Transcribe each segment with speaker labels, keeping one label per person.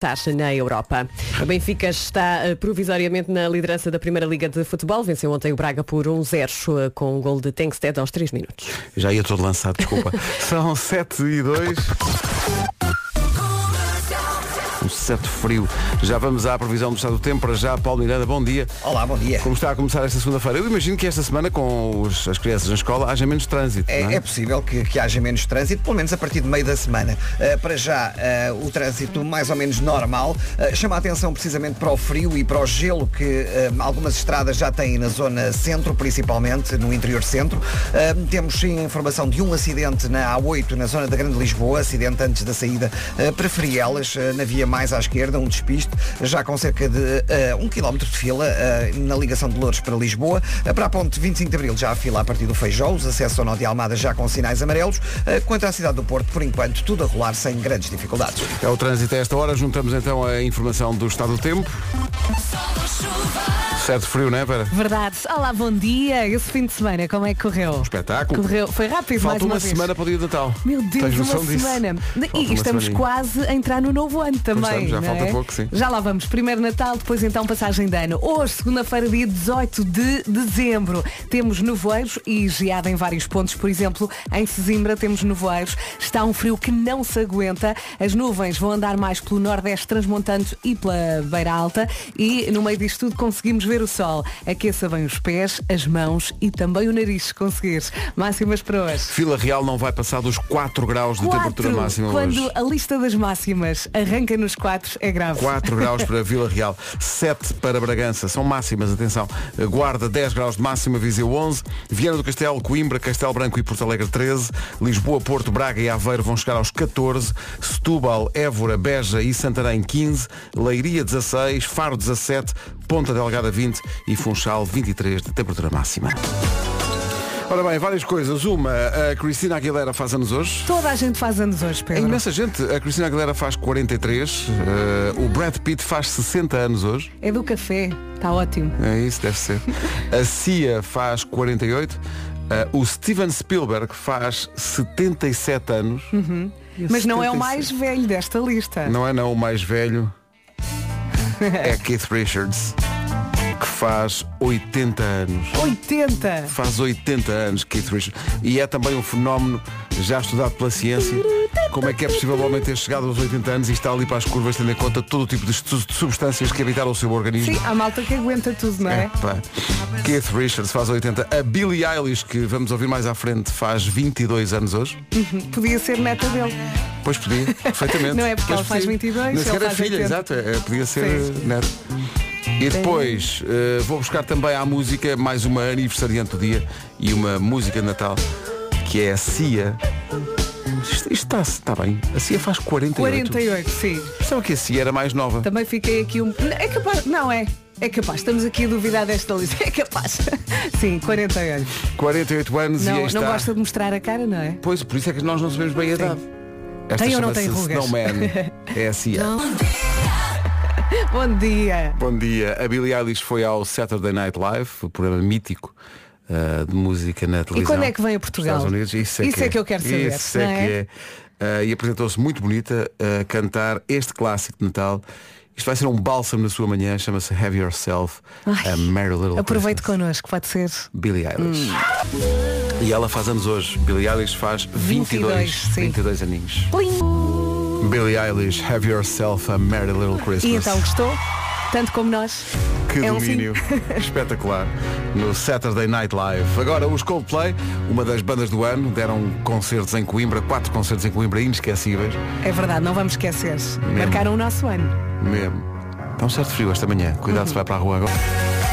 Speaker 1: taxa na Europa. O Benfica está eh, provisoriamente na liderança da Primeira Liga de Futebol. Venceu ontem o Braga por 1-0 eh, com o gol de Tengsted aos 3 minutos.
Speaker 2: Já ia todo lançado, desculpa. São 7 e 2. Um certo frio. Já vamos à previsão do estado do tempo. Para já, Paulo Miranda, bom dia.
Speaker 3: Olá, bom dia.
Speaker 2: Como está a começar esta segunda-feira? Eu imagino que esta semana, com os- as crianças na escola, haja menos trânsito.
Speaker 3: É,
Speaker 2: não é?
Speaker 3: é possível que, que haja menos trânsito, pelo menos a partir de meio da semana. Uh, para já, uh, o trânsito mais ou menos normal. Uh, chama a atenção precisamente para o frio e para o gelo que um, algumas estradas já têm na zona centro, principalmente no interior centro. Uh, temos sim a informação de um acidente na A8, na zona da Grande Lisboa, acidente antes da saída uh, para Frielas, uh, na via mais à esquerda, um despiste, já com cerca de uh, um quilómetro de fila uh, na ligação de Louros para Lisboa. Uh, para a ponte 25 de Abril já a fila a partir do Feijó, os acessos ao Nó de Almada já com sinais amarelos. Uh, quanto à cidade do Porto, por enquanto, tudo a rolar sem grandes dificuldades.
Speaker 2: É o trânsito a esta hora. Juntamos então a informação do estado do tempo. Certo frio, não é, Vera?
Speaker 4: Verdade. Olá, bom dia. Esse fim de semana, como é que correu?
Speaker 2: Espetáculo.
Speaker 4: Correu. Foi rápido, mais
Speaker 2: Falta
Speaker 4: uma,
Speaker 2: uma,
Speaker 4: vez.
Speaker 2: semana para o dia de Natal.
Speaker 4: Meu
Speaker 2: Tens
Speaker 4: Deus, uma
Speaker 2: noção disso?
Speaker 4: semana.
Speaker 2: Falta
Speaker 4: E
Speaker 2: uma
Speaker 4: estamos
Speaker 2: semaninha.
Speaker 4: quase a entrar no novo ano também.
Speaker 2: Estamos, já
Speaker 4: não
Speaker 2: falta
Speaker 4: é?
Speaker 2: pouco, sim.
Speaker 4: Já lá vamos. Primeiro Natal, depois então passagem de ano. Hoje, segunda-feira, dia 18 de dezembro. Temos nevoeiros e geada em vários pontos. Por exemplo, em Sesimbra temos nevoeiros. Está um frio que não se aguenta. As nuvens vão andar mais pelo Nordeste transmontano e pela Beira Alta. E no meio disto tudo conseguimos ver o sol. Aqueça bem os pés, as mãos e também o nariz, se conseguires. Máximas para hoje.
Speaker 2: Fila Real não vai passar dos 4 graus de temperatura
Speaker 4: Quatro,
Speaker 2: máxima
Speaker 4: quando
Speaker 2: hoje.
Speaker 4: a lista das máximas arranca nos 4 é grave.
Speaker 2: 4 graus para Vila Real, 7 para Bragança, são máximas, atenção. Guarda 10 graus de máxima, Viseu 11, Viana do Castelo, Coimbra, Castelo Branco e Porto Alegre 13, Lisboa, Porto, Braga e Aveiro vão chegar aos 14, Setúbal, Évora, Beja e Santarém 15, Leiria 16, Faro 17, Ponta Delgada 20 e Funchal 23 de temperatura máxima. Ora bem, várias coisas. Uma, a Cristina Aguilera faz anos hoje.
Speaker 4: Toda a gente faz anos hoje,
Speaker 2: É
Speaker 4: Pedro.
Speaker 2: imensa gente. A Cristina Aguilera faz 43, eh, o Brad Pitt faz 60 anos hoje.
Speaker 4: É do café, está ótimo.
Speaker 2: É isso, deve ser. A Cia faz 48. eh, o Steven Spielberg faz 77 anos.
Speaker 4: Mas não é o
Speaker 2: 77.
Speaker 4: mais velho desta lista.
Speaker 2: Não é não o mais velho. É Keith Richards, que faz 80 anos.
Speaker 4: 80!
Speaker 2: Faz 80 anos, Keith Richards. E é também um fenómeno já estudado pela ciência. Como é que é possível o homem ter chegado aos 80 anos e estar ali para as curvas, tendo em conta todo o tipo de estu- de substâncias que habitaram o seu organismo?
Speaker 4: Sim, há malta que aguenta tudo, não é?
Speaker 2: Epá. Keith Richards faz 80. A Billie Eilish, que vamos ouvir mais à frente, faz 22 anos hoje.
Speaker 4: Podia ser neta dele.
Speaker 2: Pois podia, perfeitamente.
Speaker 4: Não é porque
Speaker 2: Pois
Speaker 4: ela faz
Speaker 2: podia.
Speaker 4: 22,
Speaker 2: Nem
Speaker 4: ele
Speaker 2: sequer é
Speaker 4: faz
Speaker 2: filha,
Speaker 4: 80.
Speaker 2: exato. é, podia ser
Speaker 4: Sim.
Speaker 2: eh, neto. E depois eh, vou buscar também à música mais uma aniversariante do dia e uma música de Natal que é a Cia. Isto está, está bem. A Cia faz 48.
Speaker 4: 48, sim.
Speaker 2: Pensava que é a Cia era mais nova.
Speaker 4: Também fiquei aqui um. É capaz. Não é? É capaz. Estamos aqui a duvidar desta lista. É capaz. Sim, 48.
Speaker 2: 48 anos e aí
Speaker 4: Não,
Speaker 2: está.
Speaker 4: não gosta de mostrar a cara, não é?
Speaker 2: Pois, por isso é que nós não sabemos bem a idade. Esta
Speaker 4: Tem ou não
Speaker 2: chama-se
Speaker 4: tem rugas?
Speaker 2: Snowman. É a Cia.
Speaker 4: Bom dia.
Speaker 2: Bom dia. A Billie Eilish foi ao Saturday Night Live, o programa mítico ah, de música na televisão.
Speaker 4: quando é que vem a Portugal?
Speaker 2: Estados Unidos. Isso é,
Speaker 4: Isso
Speaker 2: que,
Speaker 4: é que eu quero saber,
Speaker 2: Isso é
Speaker 4: não
Speaker 2: que é.
Speaker 4: é?
Speaker 2: Ah, e apresentou-se muito bonita a cantar este clássico de Natal. Isto vai ser um bálsamo na sua manhã. Chama-se Have Yourself a Merry Little
Speaker 4: Aproveite
Speaker 2: Christmas.
Speaker 4: connosco, pode ser.
Speaker 2: Billie Eilish.
Speaker 4: Hum.
Speaker 2: E ela faz anos hoje. Billie Eilish faz 22,
Speaker 4: 22, sim.
Speaker 2: 22 aninhos.
Speaker 4: Plim.
Speaker 2: Billie Eilish, Have Yourself a Merry Little Christmas.
Speaker 4: E então gostou? Tanto como nós?
Speaker 2: Que
Speaker 4: É um
Speaker 2: domínio espetacular no Saturday Night Live. Agora os Coldplay, uma das bandas do ano, deram concertos em Coimbra, quatro concertos em Coimbra inesquecíveis,
Speaker 4: É verdade, não vamos esquecer. Marcaram o nosso ano.
Speaker 2: mesmo. Está um certo frio esta manhã, cuidado se vai para a rua agora.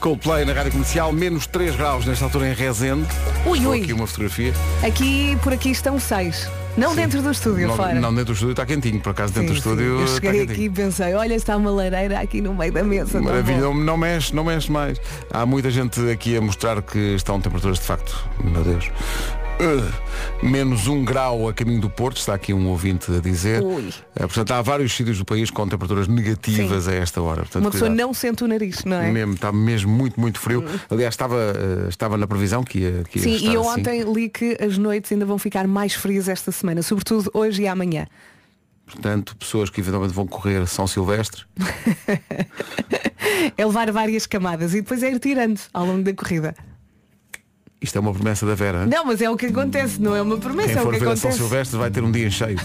Speaker 2: Coldplay na rádio comercial, menos 3 graus nesta altura em Rezende.
Speaker 4: Ui,
Speaker 2: Estou
Speaker 4: ui.
Speaker 2: aqui uma fotografia.
Speaker 4: Aqui, por aqui estão seis. Não dentro do estúdio,
Speaker 2: Não,
Speaker 4: fora.
Speaker 2: não, dentro do estúdio está quentinho, por acaso dentro
Speaker 4: Sim,
Speaker 2: do
Speaker 4: sim.
Speaker 2: estúdio tá
Speaker 4: Eu
Speaker 2: está
Speaker 4: cheguei
Speaker 2: quentinho.
Speaker 4: aqui e pensei, olha, está uma lareira aqui no meio da mesa. tão Tá, bom.
Speaker 2: Maravilha, não, não mexe, não mexe mais. Há muita gente aqui a mostrar que estão temperaturas de facto. Meu Deus. Uh, menos um grau a caminho do Porto, está aqui um ouvinte a dizer.
Speaker 4: Ui.
Speaker 2: Eh, portanto, há vários sítios do país com temperaturas negativas a esta hora. Portanto,
Speaker 4: Uma pessoa
Speaker 2: cuidado.
Speaker 4: não sente o nariz, não é? Hum.
Speaker 2: Mesmo, está mesmo muito, muito frio. Aliás, estava, eh, estava na previsão que ia, que ia
Speaker 4: Sim,
Speaker 2: estar
Speaker 4: e eu
Speaker 2: assim.
Speaker 4: ontem li que as noites ainda vão ficar mais frias esta semana, sobretudo hoje e amanhã.
Speaker 2: Portanto, pessoas que eventualmente vão correr São Silvestre.
Speaker 4: É levar várias camadas e depois é ir tirando ao longo da corrida.
Speaker 2: Isto é uma promessa da Vera.
Speaker 4: Não, mas é o que acontece, não é uma promessa,
Speaker 2: Quem
Speaker 4: é o
Speaker 2: for
Speaker 4: que
Speaker 2: ver a São
Speaker 4: acontece.
Speaker 2: Silvestre vai ter um dia em cheio.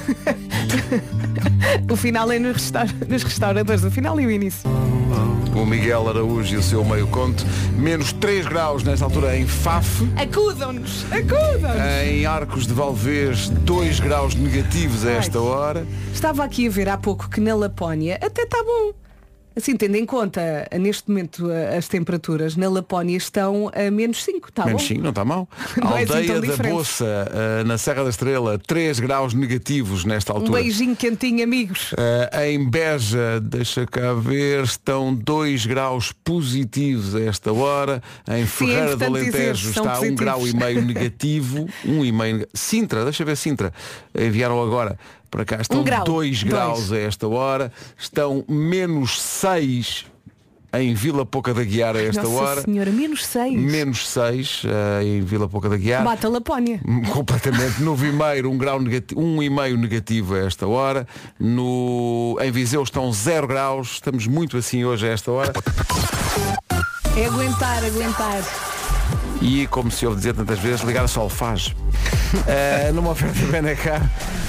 Speaker 4: O final é nos, restaur nos restauradores, o final e o início.
Speaker 2: O Miguel Araújo e o seu meio conto. Menos 3 graus nesta altura em Faf.
Speaker 4: Acudam-nos, acudam-nos.
Speaker 2: Em Arcos de Valvez, 2 graus negativos a esta hora.
Speaker 4: Estava aqui a ver há pouco que na Lapónia até está bom. Assim, tendo em conta neste momento a- as temperaturas, na Lapónia estão a menos 5, está
Speaker 2: Menos
Speaker 4: bom?
Speaker 2: 5, não está mal.
Speaker 4: Não é assim tão
Speaker 2: Aldeia da
Speaker 4: diferente.
Speaker 2: Bossa, eh, na Serra da Estrela, 3 graus negativos nesta
Speaker 4: Um
Speaker 2: altura.
Speaker 4: beijinho quentinho, amigos.
Speaker 2: Eh, em Beja, deixa cá ver, estão 2 graus positivos a esta hora. Em Ferreira do
Speaker 4: é importante dizer,
Speaker 2: Alentejo
Speaker 4: são
Speaker 2: está 1 um
Speaker 4: positivos.
Speaker 2: grau e meio negativo. Um e meio... Sintra, deixa ver Sintra. Enviaram agora para cá. Estão
Speaker 4: Um grau.
Speaker 2: 2
Speaker 4: Dois.
Speaker 2: graus a esta hora. Estão menos 6 em Vila Pouca da Guiar a esta
Speaker 4: Nossa
Speaker 2: hora.
Speaker 4: Senhora, menos 6.
Speaker 2: Menos 6 em Vila Pouca da Guiar.
Speaker 4: Bata a Lapónia.
Speaker 2: Hum, Completamente. No Vimeiro, um grau negativo, um e meio negativo a esta hora. No... Em Viseu estão 0 graus. Estamos muito assim hoje a esta hora.
Speaker 4: É aguentar, aguentar.
Speaker 2: E, como se ouve dizer tantas vezes, ligar só o faz. Eh, numa oferta Benecar.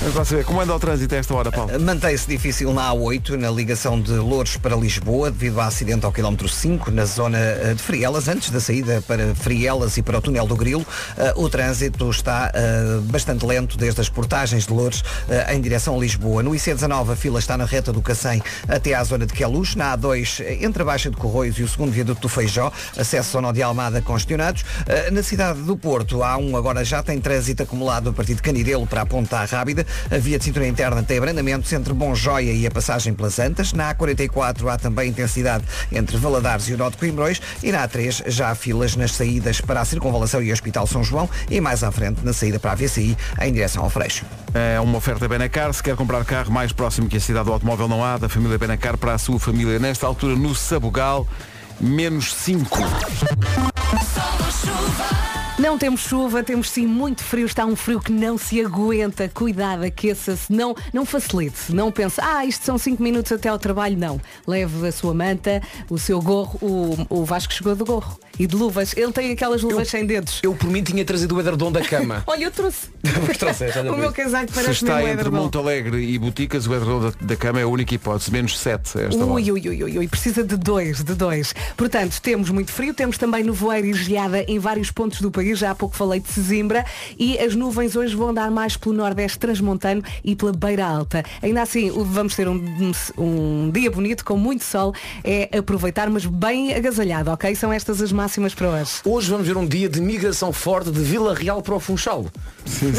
Speaker 2: Vamos lá saber. Como anda o trânsito a esta hora, Paulo?
Speaker 3: Mantém-se difícil na A8, na ligação de Louros para Lisboa, devido a acidente ao quilómetro 5, na zona eh, de Frielas, antes da saída para Frielas e para o túnel do Grilo. eh, O trânsito está eh, bastante lento desde as portagens de Louros eh, em direção a Lisboa. No IC19, a fila está na reta do Cacém até à zona de Queluz. Na A2, eh, entre a Baixa de Corroios e o segundo viaduto do Feijó, acesso zona de Almada congestionados. Eh, Na cidade do Porto, A1 agora já tem trânsito acumulado a partir de Canidelo para a Ponta Rábida. A via de cintura interna tem abrandamentos entre Bom Joia e a passagem pelas Antas. Na A44 há também intensidade entre Valadares e o Norte de Coimbrões. E na A3 já há filas nas saídas para a Circunvalação e o Hospital São João. E mais à frente na saída para a VCI em direção ao Freixo.
Speaker 2: É uma oferta Benacar. Se quer comprar carro mais próximo que a cidade do automóvel não há, da família Benacar para a sua família. Nesta altura, no Sabugal, menos 5.
Speaker 4: Não temos chuva, temos sim muito frio, está um frio que não se aguenta. Cuidado, aqueça-se, não, não facilite, não pense, ah, isto são 5 minutos até ao trabalho, não. Leve a sua manta, o seu gorro, o, o Vasco chegou de gorro e de luvas. Ele tem aquelas luvas sem dedos.
Speaker 5: Eu por mim tinha trazido o edredom da cama.
Speaker 4: Olha, eu trouxe.
Speaker 5: Mas trouxeste, olha
Speaker 4: o
Speaker 5: para
Speaker 4: meu
Speaker 5: isso.
Speaker 4: casaco
Speaker 2: Se
Speaker 4: parece
Speaker 2: está
Speaker 4: mesmo
Speaker 2: entre
Speaker 4: edredom.
Speaker 2: Monte Alegre e Boticas, o edredom da, da cama é a única hipótese. Menos 7 a esta hora.
Speaker 4: Ui, ui, ui, ui, ui, precisa de dois, de dois. Portanto, temos muito frio, temos também nevoeiro e geada em vários pontos do país, já há pouco falei de Sesimbra, e as nuvens hoje vão dar mais pelo Nordeste Transmontano e pela Beira Alta. Ainda assim, o- vamos ter um, um dia bonito, com muito sol, é aproveitar, mas bem agasalhado, ok? São estas as máximas para hoje.
Speaker 5: Hoje vamos ver um dia de migração forte de Vila Real para o Funchal.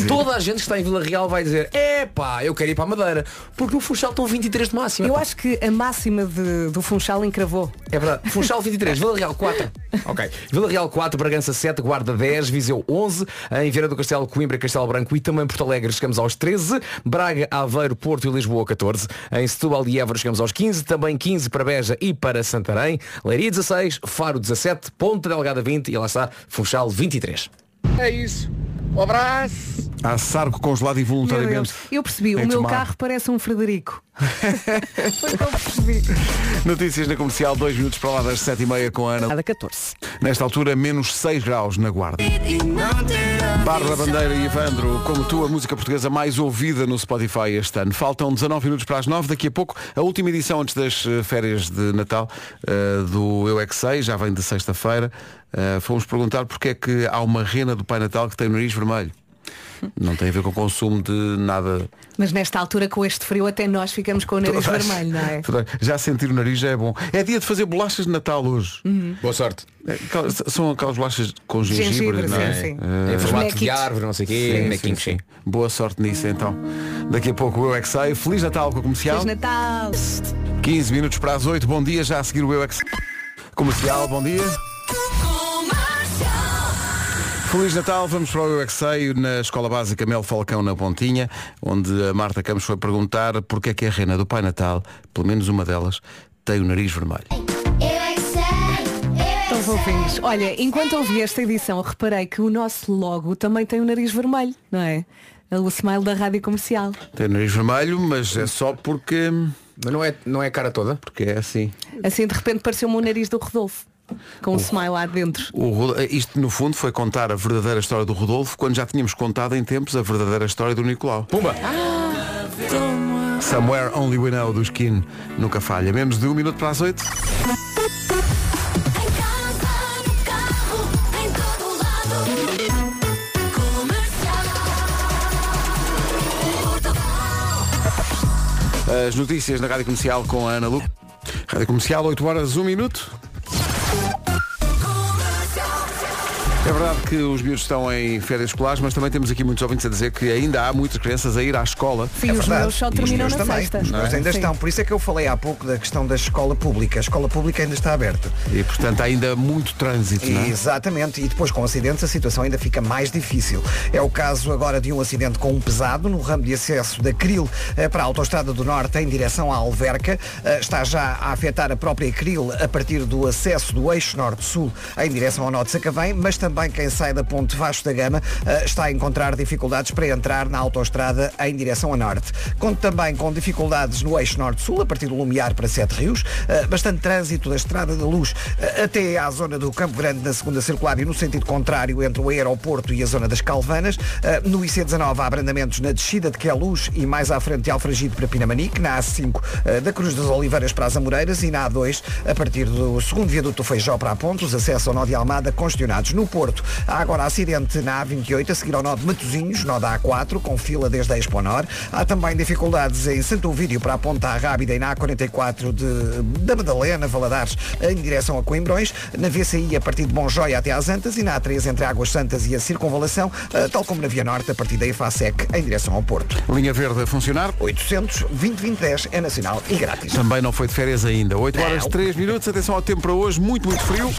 Speaker 5: Toda a gente que está em Vila Real vai dizer Epá, eu quero ir para a Madeira Porque no Funchal estão 23 de máximo
Speaker 4: Eu acho que a máxima de- do Funchal encravou.
Speaker 5: É verdade. Funchal 23, Vila Real 4. Ok. Vila Real 4, Bragança 7, Guarda 10, Viseu 11, em Vieira do Castelo, Coimbra, Castelo Branco e também Porto Alegre chegamos aos 13, Braga, Aveiro, Porto e Lisboa 14, em Setúbal e Évora chegamos aos 15, também 15 para Beja e para Santarém, Leiria 16, Faro 17, Ponta Delgada 20 e lá está Funchal 23.
Speaker 2: Há sargo congelado
Speaker 4: Meu
Speaker 2: involuntariamente.
Speaker 4: Deus, eu percebi,
Speaker 2: Em
Speaker 4: o meu
Speaker 2: tomar.
Speaker 4: carro parece um Frederico. Foi o que eu percebi.
Speaker 2: Notícias na comercial, 2 minutos para lá das 7h30 com a Ana.
Speaker 1: Cada 14.
Speaker 2: Nesta altura, menos 6 graus na guarda. Bárbara Bandeira e Evandro, como tu, a música portuguesa mais ouvida no Spotify este ano. Faltam 19 minutos para as 9, daqui a pouco a última edição antes das eh, férias de Natal eh, do Eu é que Sei, já vem de sexta-feira. Eh, fomos perguntar porque é que há uma rena do Pai Natal que tem o nariz vermelho. Não tem a ver com o consumo de nada.
Speaker 4: Mas nesta altura, com este frio, até nós ficamos com o nariz
Speaker 2: Toda-
Speaker 4: vermelho, não é?
Speaker 3: Então.
Speaker 2: toda- Já sentir o nariz já é bom. É dia de fazer bolachas de Natal hoje.
Speaker 5: Boa sorte.
Speaker 2: É, cal- São aquelas bolachas com gengibre,
Speaker 4: Gengibre,
Speaker 2: não é?
Speaker 4: sim, sim.
Speaker 5: Em eh, formato
Speaker 4: Mequite.
Speaker 5: de árvore, não sei o quê.
Speaker 2: Sim, sim,
Speaker 5: mequinho,
Speaker 2: sim.
Speaker 5: sim.
Speaker 2: Boa sorte nisso então. Daqui a pouco o Eu é que sei. Feliz Natal com a comercial.
Speaker 4: Feliz Natal!
Speaker 2: 15 minutos para as 8. Bom dia, já a seguir o Eu é que sei. Comercial, bom dia. Feliz Natal, vamos para o Eu é que sei, na Escola Básica Mel Falcão na Pontinha, onde a Marta Campos foi perguntar porque é que a rena do Pai Natal, pelo menos uma delas, tem o nariz vermelho.
Speaker 6: Eu é que sei, eu é
Speaker 4: Então vou ver isto. Olha, enquanto ouvi esta edição, reparei que o nosso logo também tem o nariz vermelho, não é? É o smile da rádio comercial.
Speaker 2: Tem nariz vermelho, mas é só porque.
Speaker 5: Mas não é, não é a cara toda?
Speaker 2: Porque é assim.
Speaker 4: Assim de repente pareceu-me o nariz do Rodolfo. Com um smile lá dentro.
Speaker 2: O Ro- isto, no fundo, foi contar a verdadeira história do Rodolfo quando já tínhamos contado em tempos a verdadeira história do Nicolau.
Speaker 5: Pumba!
Speaker 2: Somewhere Only We Know do Skin nunca falha. Menos de um minuto para as oito.
Speaker 6: Em casa, no carro, em todo lado. Comercial. Portugal.
Speaker 2: As notícias na Rádio Comercial com a Ana Lu. Rádio Comercial, 8 horas, 1 minuto. É verdade que os miúdos estão em férias escolares, mas também temos aqui muitos ouvintes a dizer que ainda há muitas crianças a ir à escola.
Speaker 4: Sim, os
Speaker 3: É Verdade.
Speaker 4: meus só
Speaker 3: E os
Speaker 4: terminam
Speaker 3: meus
Speaker 4: na
Speaker 3: também.
Speaker 4: sexta.
Speaker 3: Os meus ainda
Speaker 4: Sim.
Speaker 3: estão. Por isso é que eu falei há pouco da questão da escola pública. A escola pública ainda está aberta.
Speaker 2: E, portanto, há ainda muito trânsito, não é?
Speaker 3: Exatamente, e depois com acidentes a situação ainda fica mais difícil. É o caso agora de um acidente com um pesado no ramo de acesso da Cril eh, para a Autostrada do Norte em direção à Alverca. Eh, Está já a afetar a própria Cril a partir do acesso do eixo Norte-Sul em direção ao Norte de Sacavém, mas também quem sai da Ponte Vasco da Gama eh, está a encontrar dificuldades para entrar na autoestrada em direção a Norte. Conto também com dificuldades no eixo Norte-Sul a partir do Lumiar para Sete Rios, eh, bastante trânsito da Estrada da Luz eh, até à zona do Campo Grande na segunda circular e no sentido contrário entre o aeroporto e a zona das Calvanas. Eh, No IC19 há abrandamentos na descida de Queluz e mais à frente de Alfragido para Pinamanique, na A5 eh, da Cruz das Oliveiras para as Amoreiras e na A2 a partir do segundo viaduto do Feijó para a Ponte, os acessos ao Nó de Almada congestionados no Porto. Há agora acidente na A28 a seguir ao Nó de Matosinhos, Nó da A4 com fila desde a Exponor. Há também dificuldades em Santo Ovídio para a Ponta Rábida e na A44 de, da Madalena, Valadares, em direção a Coimbrões, na VCI a partir de Monjóia até às Antas e na A3 entre Águas Santas e a Circunvalação, eh, tal como na Via Norte a partir da IFASEC em direção ao Porto.
Speaker 2: Linha verde a funcionar.
Speaker 3: 800 2010 é nacional e grátis.
Speaker 2: Também não foi de férias ainda. 8 horas,
Speaker 3: Não.
Speaker 2: 3 minutos. Atenção ao tempo para hoje. Muito, muito frio.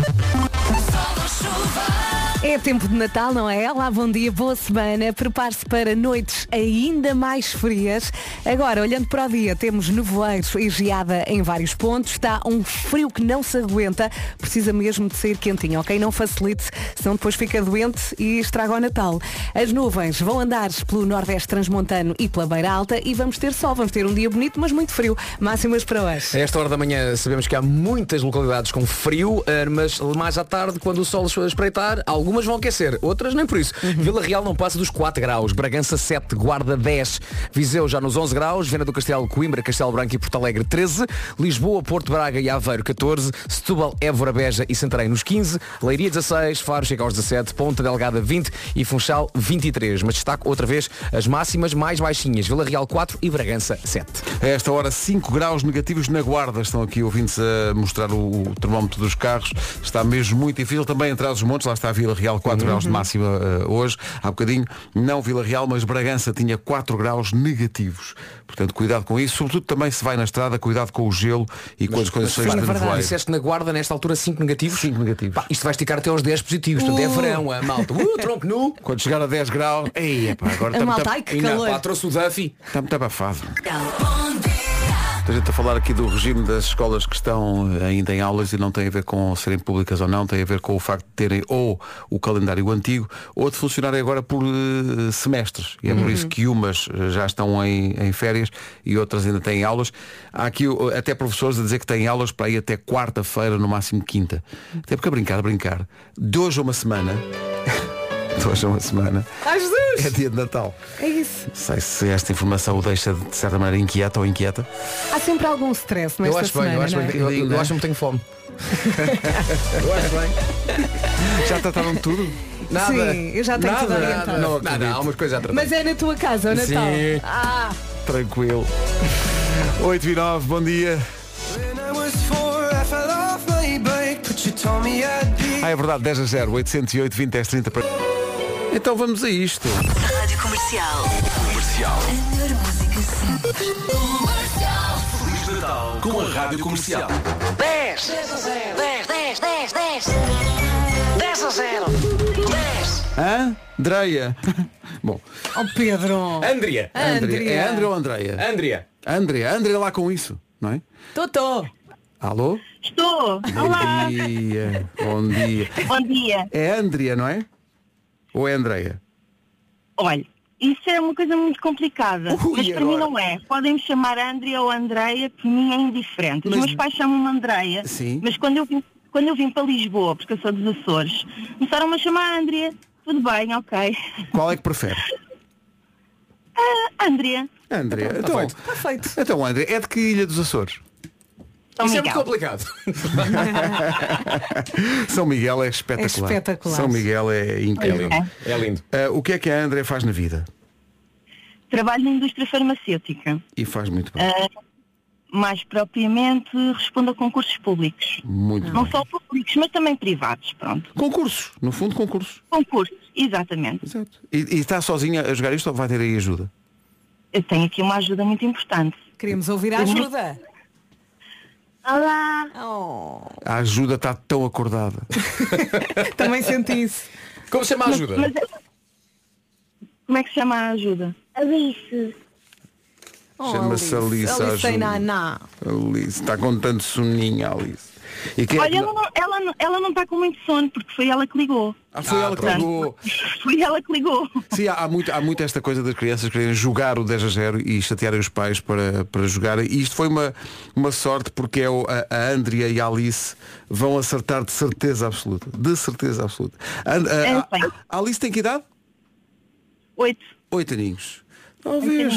Speaker 4: É tempo de Natal, não é? Olá, bom dia, boa semana. Prepare-se para noites ainda mais frias. Agora, olhando para o dia, temos nevoeiros e geada em vários pontos. Está um frio que não se aguenta. Precisa mesmo de sair quentinho, ok? Não facilite, senão depois fica doente e estraga o Natal. As nuvens vão andar pelo Nordeste Transmontano e pela Beira Alta e vamos ter sol. Vamos ter um dia bonito, mas muito frio. Máximas para
Speaker 5: A
Speaker 4: hoje.
Speaker 5: esta hora da manhã sabemos que há muitas localidades com frio, eh, mas mais à tarde, quando o sol espreitar, algumas vão aquecer, outras nem por isso. Vila Real não passa dos 4 graus, Bragança 7, Guarda 10, Viseu já nos 11 graus, Viana do Castelo, Coimbra, Castelo Branco e Porto Alegre 13, Lisboa, Porto Braga e Aveiro 14, Setúbal, Évora, Beja e Santarém nos 15, Leiria 16, Faro chega aos 17, Ponta Delgada 20 e Funchal 23. Mas destaco outra vez as máximas mais baixinhas, Vila Real 4 e Bragança 7.
Speaker 2: A esta hora, 5 graus negativos na guarda. Estão aqui ouvintes a mostrar o, o termómetro dos carros. Está mesmo muito difícil. Também em trás os montes, lá está a Vila Real, 4
Speaker 5: Uhum.
Speaker 2: graus de máxima eh, hoje. Há bocadinho, não Vila Real, mas Bragança tinha 4 graus negativos. Portanto, cuidado com isso. Sobretudo também se vai na estrada, cuidado com o gelo e com as condições
Speaker 5: Mas,
Speaker 2: de
Speaker 5: é verdade,
Speaker 2: nevoeiro.
Speaker 5: disseste na guarda, nesta altura, 5 negativos.
Speaker 2: 5 negativos.
Speaker 5: Pá, isto vai esticar até aos 10 positivos. Portanto, é verão, a malta. Uh, tronco nu.
Speaker 2: Quando chegar a 10 graus, É ei, epá, agora
Speaker 4: A
Speaker 2: estamos
Speaker 5: tá-,
Speaker 4: malta, ai que
Speaker 5: Ainda
Speaker 4: calor.
Speaker 5: pá, trouxe o Duffy.
Speaker 2: Está muito abafado. A gente a falar aqui do regime das escolas que estão ainda em aulas e não tem a ver com serem públicas ou não, tem a ver com o facto de terem ou o calendário antigo ou de funcionarem agora por eh, semestres. E é por
Speaker 4: Uhum.
Speaker 2: isso que umas eh, já estão em, em férias e outras ainda têm aulas. Há aqui oh, até professores a dizer que têm aulas para ir até quarta-feira, no máximo quinta. Até porque a brincar, a brincar. De hoje a uma semana. de hoje a uma semana.
Speaker 4: Ai, Ah, Jesus!
Speaker 2: É dia de Natal.
Speaker 4: É isso.
Speaker 2: Não sei se esta informação o deixa de certa maneira inquieta ou inquieta.
Speaker 4: Há sempre algum stress nesta
Speaker 5: eu acho
Speaker 4: semana,
Speaker 5: bem, eu acho
Speaker 4: não é?
Speaker 5: bem. Eu, eu, eu acho que tenho fome.
Speaker 2: Já trataram de tudo?
Speaker 5: Nada.
Speaker 4: Sim, eu já tenho
Speaker 5: nada,
Speaker 4: tudo
Speaker 5: nada,
Speaker 4: orientado.
Speaker 5: não, Tá. nada, há umas coisas a tratar.
Speaker 4: Mas é na tua casa, o Natal?
Speaker 5: Sim.
Speaker 4: Ah,
Speaker 2: Tranquilo. 8 e 9, bom dia. Ah, é verdade, 10 a 0, 808, 20, 10, 30 para... Então vamos a isto.
Speaker 7: Rádio Comercial.
Speaker 8: Com a Rádio Comercial.
Speaker 7: 10. 10, 10, 10, 10. 10 a 0. 10.
Speaker 2: Hã? Andreia. Bom,
Speaker 4: oh Pedro.
Speaker 5: Andrea.
Speaker 2: Andrea. É Andrea ou Andreia?
Speaker 5: Andrea.
Speaker 2: Andrea, Andrea lá com isso, não é?
Speaker 4: Totó.
Speaker 2: Alô?
Speaker 9: Estou. Olá.
Speaker 2: Bom dia, bom dia.
Speaker 9: Bom dia.
Speaker 2: É Andrea, não é? Ou é Andreia?
Speaker 9: Olha, Isso é uma coisa muito complicada.
Speaker 5: Ui,
Speaker 9: mas para mim
Speaker 5: agora?
Speaker 9: não é. Podem-me chamar Andrea ou Andreia, que mim é indiferente. Os meus pais chamam-me Andreia.
Speaker 5: Sim.
Speaker 9: Mas quando eu, vim, quando eu vim para Lisboa, porque eu sou dos Açores, começaram-me a chamar Andrea. Tudo bem, ok.
Speaker 2: Qual é que prefere?
Speaker 9: Ah, Andrea,
Speaker 2: André, então,
Speaker 5: feito.
Speaker 4: Está tá feito.
Speaker 2: então André, é de que ilha dos Açores?
Speaker 9: São
Speaker 5: Isso é muito
Speaker 9: Miguel.
Speaker 5: complicado.
Speaker 2: São Miguel é espetacular.
Speaker 4: É espetacular.
Speaker 2: São Miguel é incrível.
Speaker 5: É lindo.
Speaker 2: Ah, o que é que a André faz na vida?
Speaker 9: Trabalho na indústria farmacêutica.
Speaker 2: E faz muito bem.
Speaker 9: Mais propriamente, respondo a concursos públicos.
Speaker 5: Hum.
Speaker 2: Muito
Speaker 9: Não
Speaker 2: bem.
Speaker 9: só públicos, mas também privados. Pronto.
Speaker 2: Concursos, no fundo concursos.
Speaker 9: Concursos, exatamente.
Speaker 2: Exato. E, e está sozinha a jogar isto ou vai ter aí ajuda?
Speaker 9: Eu tenho aqui uma ajuda muito importante.
Speaker 4: Queremos ouvir a ajuda.
Speaker 9: Olá!
Speaker 4: Oh,
Speaker 2: A ajuda está tão acordada.
Speaker 4: também senti isso.
Speaker 5: Como se chama a ajuda?
Speaker 9: Mas é- Como é que se chama a ajuda?
Speaker 6: Alice.
Speaker 4: Oh,
Speaker 2: Chama-se Alice, a
Speaker 4: Alice tem
Speaker 2: ajuda.
Speaker 4: naná.
Speaker 2: Alice, está com tanto soninho, Alice. E quem é que
Speaker 9: Olha,
Speaker 2: não-
Speaker 9: ela não, ela, não- ela não está com muito sono, porque foi ela que ligou.
Speaker 2: Ah, foi ela que
Speaker 9: pronto.
Speaker 2: ligou.
Speaker 9: Foi ela que ligou.
Speaker 2: Sim, há, há muito, há muito esta coisa das crianças quererem jogar o 10 a 0 e chatearem os pais para, para jogar. E isto foi uma, uma sorte porque é o- a, a Andrea e a Alice vão acertar de certeza absoluta. De certeza absoluta. And-
Speaker 4: É
Speaker 2: a- a-
Speaker 4: assim.
Speaker 9: bem.
Speaker 2: a Alice tem que idade?
Speaker 9: Oito.
Speaker 2: Oito aninhos. Talvez,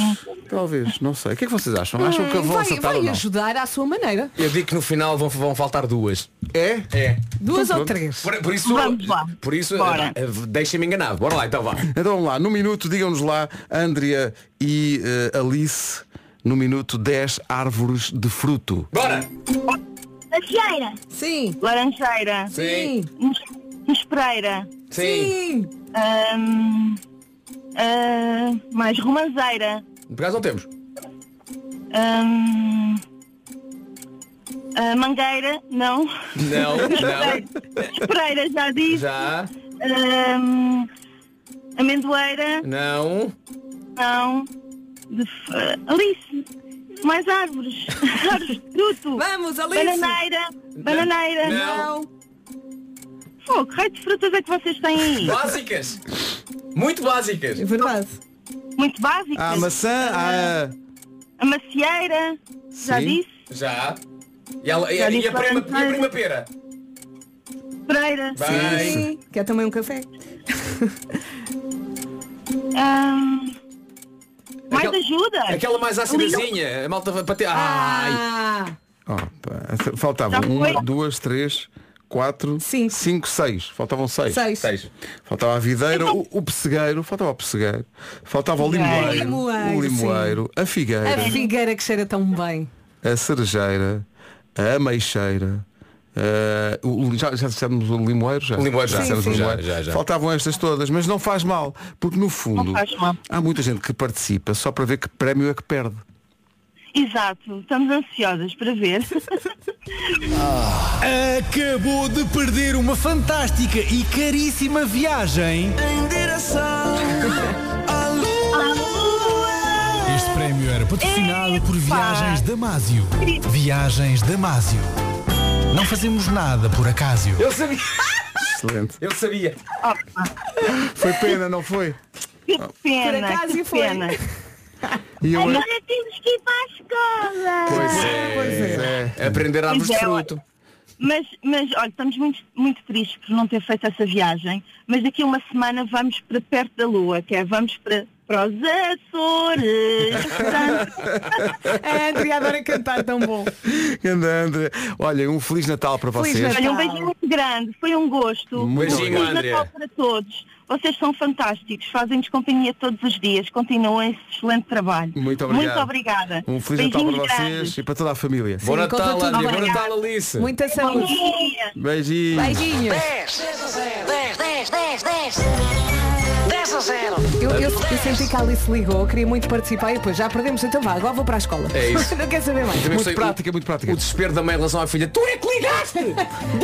Speaker 2: talvez, não sei. O que é que vocês acham? Acham que vão
Speaker 4: Hum, Vai,
Speaker 2: acertar ou
Speaker 4: vai
Speaker 2: não?
Speaker 4: ajudar à sua maneira.
Speaker 5: Eu digo que no final vão, vão faltar duas.
Speaker 2: É?
Speaker 5: É.
Speaker 4: Duas
Speaker 2: Então
Speaker 4: ou
Speaker 2: pronto.
Speaker 4: três.
Speaker 5: Por, por isso,
Speaker 9: Vamos lá.
Speaker 5: por isso,
Speaker 9: Bora.
Speaker 5: eh, deixem-me enganado. Bora lá, então vá.
Speaker 2: Então vamos lá, no minuto, digam-nos lá, Andrea e eh, Alice, no minuto 10 árvores de fruto.
Speaker 5: Bora!
Speaker 6: Macieira.
Speaker 4: Sim.
Speaker 9: Laranjeira.
Speaker 5: Sim.
Speaker 9: Nos- Nespreira.
Speaker 4: Sim.
Speaker 9: Ahm, ah, mais romanzeira.
Speaker 5: Por acaso não temos.
Speaker 9: Ahm, ah, mangueira, não.
Speaker 5: Não, não.
Speaker 9: Nespreira, já disse.
Speaker 5: Já.
Speaker 9: Ahm, amendoeira,
Speaker 5: Não.
Speaker 9: não. De f- ah, Alice. Mais árvores. árvores de fruto.
Speaker 4: Vamos, Alice.
Speaker 9: Bananeira. Bananeira.
Speaker 5: Não.
Speaker 9: Pô, que raio de frutas é que vocês têm aí?
Speaker 5: Básicas. Muito básicas.
Speaker 4: É verdade.
Speaker 9: Muito básicas.
Speaker 5: Ah,
Speaker 2: A maçã, a...
Speaker 9: A macieira, já
Speaker 2: Sim.
Speaker 9: disse.
Speaker 5: Já. E, ela- e-
Speaker 9: Já
Speaker 5: e
Speaker 9: disse
Speaker 5: a, prima,
Speaker 9: laranjeira.
Speaker 5: e a prima pera?
Speaker 9: Pereira.
Speaker 5: Bem.
Speaker 4: um Sim. Quer também um café?
Speaker 9: Ahm, Ah, mais
Speaker 5: Aquela-
Speaker 9: ajuda.
Speaker 5: Aquela mais ácidazinha. A malta vai bater. Ai.
Speaker 4: Ah,
Speaker 2: Oh, pá, faltavam
Speaker 9: Já foi.
Speaker 2: uma, duas, três, quatro,
Speaker 4: Cinco.
Speaker 2: cinco, seis. Faltavam seis.
Speaker 4: seis.
Speaker 5: Seis.
Speaker 2: Faltava a videira, o, o pessegueiro, faltava o pessegueiro, faltava o limoeiro,
Speaker 4: Limoeiro,
Speaker 2: o limoeiro, a figueira,
Speaker 4: A figueira que cheira tão bem.
Speaker 2: a cerejeira, a ameixeira, eh, o- já, já dissemos o limoeiro? Já,
Speaker 5: O limoeiro já.
Speaker 2: já,
Speaker 5: Sim,
Speaker 2: dissemos um o
Speaker 5: sim.
Speaker 2: limoeiro.
Speaker 5: Já, já, já.
Speaker 2: Faltavam estas todas, mas não faz mal, porque no fundo
Speaker 9: Não faz mal.
Speaker 2: há muita gente que participa só para ver que prémio é que perde.
Speaker 9: Exato, estamos ansiosas para ver.
Speaker 10: Acabou de perder uma fantástica e caríssima viagem.
Speaker 7: Em direção à
Speaker 10: Este prémio era patrocinado por Viagens Damásio. Viagens Damásio. Não fazemos nada por acaso.
Speaker 5: Eu sabia.
Speaker 2: Excelente.
Speaker 5: Eu sabia.
Speaker 2: Foi pena, não foi?
Speaker 9: Que pena,
Speaker 4: Por acaso
Speaker 9: que
Speaker 4: foi.
Speaker 9: pena.
Speaker 2: E eu,
Speaker 9: Agora temos que ir para a escola.
Speaker 5: Pois é. Aprender árvores de
Speaker 9: Pois é,
Speaker 5: fruto.
Speaker 9: Mas, mas olha, estamos muito, muito tristes por não ter feito essa viagem, mas daqui a uma semana vamos para perto da Lua, que é vamos para, para os Açores. Portanto,
Speaker 4: A Andrea adora cantar tão bom.
Speaker 2: Anda, André. Olha, um Feliz Natal para
Speaker 4: Feliz
Speaker 2: vocês.
Speaker 4: Natal.
Speaker 9: olha, um beijinho muito grande, foi um gosto.
Speaker 2: Muito
Speaker 9: um Feliz
Speaker 5: obrigado.
Speaker 9: Natal
Speaker 5: Andrea.
Speaker 9: para todos. Vocês são fantásticos, fazem-nos companhia todos os dias, continuem esse excelente trabalho.
Speaker 2: Muito obrigado.
Speaker 9: Muito obrigada.
Speaker 2: Um Feliz
Speaker 9: Beijinhos
Speaker 2: Natal para vocês
Speaker 9: grandes.
Speaker 2: e para toda a família.
Speaker 5: Bom
Speaker 4: conta
Speaker 5: Natal,
Speaker 4: tudo.
Speaker 5: André. Bom
Speaker 9: Obrigada.
Speaker 5: Natal, Alice.
Speaker 4: Muita
Speaker 9: Bom
Speaker 4: saúde.
Speaker 9: dia.
Speaker 2: Beijinhos.
Speaker 4: Beijinhos.
Speaker 7: 10 10 10 10 10 10 a 0
Speaker 4: Eu, eu, eu senti que a Alice ligou, queria muito participar e depois já perdemos. Então vá, agora vou para a escola.
Speaker 5: É isso.
Speaker 4: Não quer saber mais.
Speaker 5: Também
Speaker 2: Muito
Speaker 5: gostei- o-
Speaker 2: prática, muito prática.
Speaker 5: O desespero da mãe em relação à filha. Tu é que ligaste!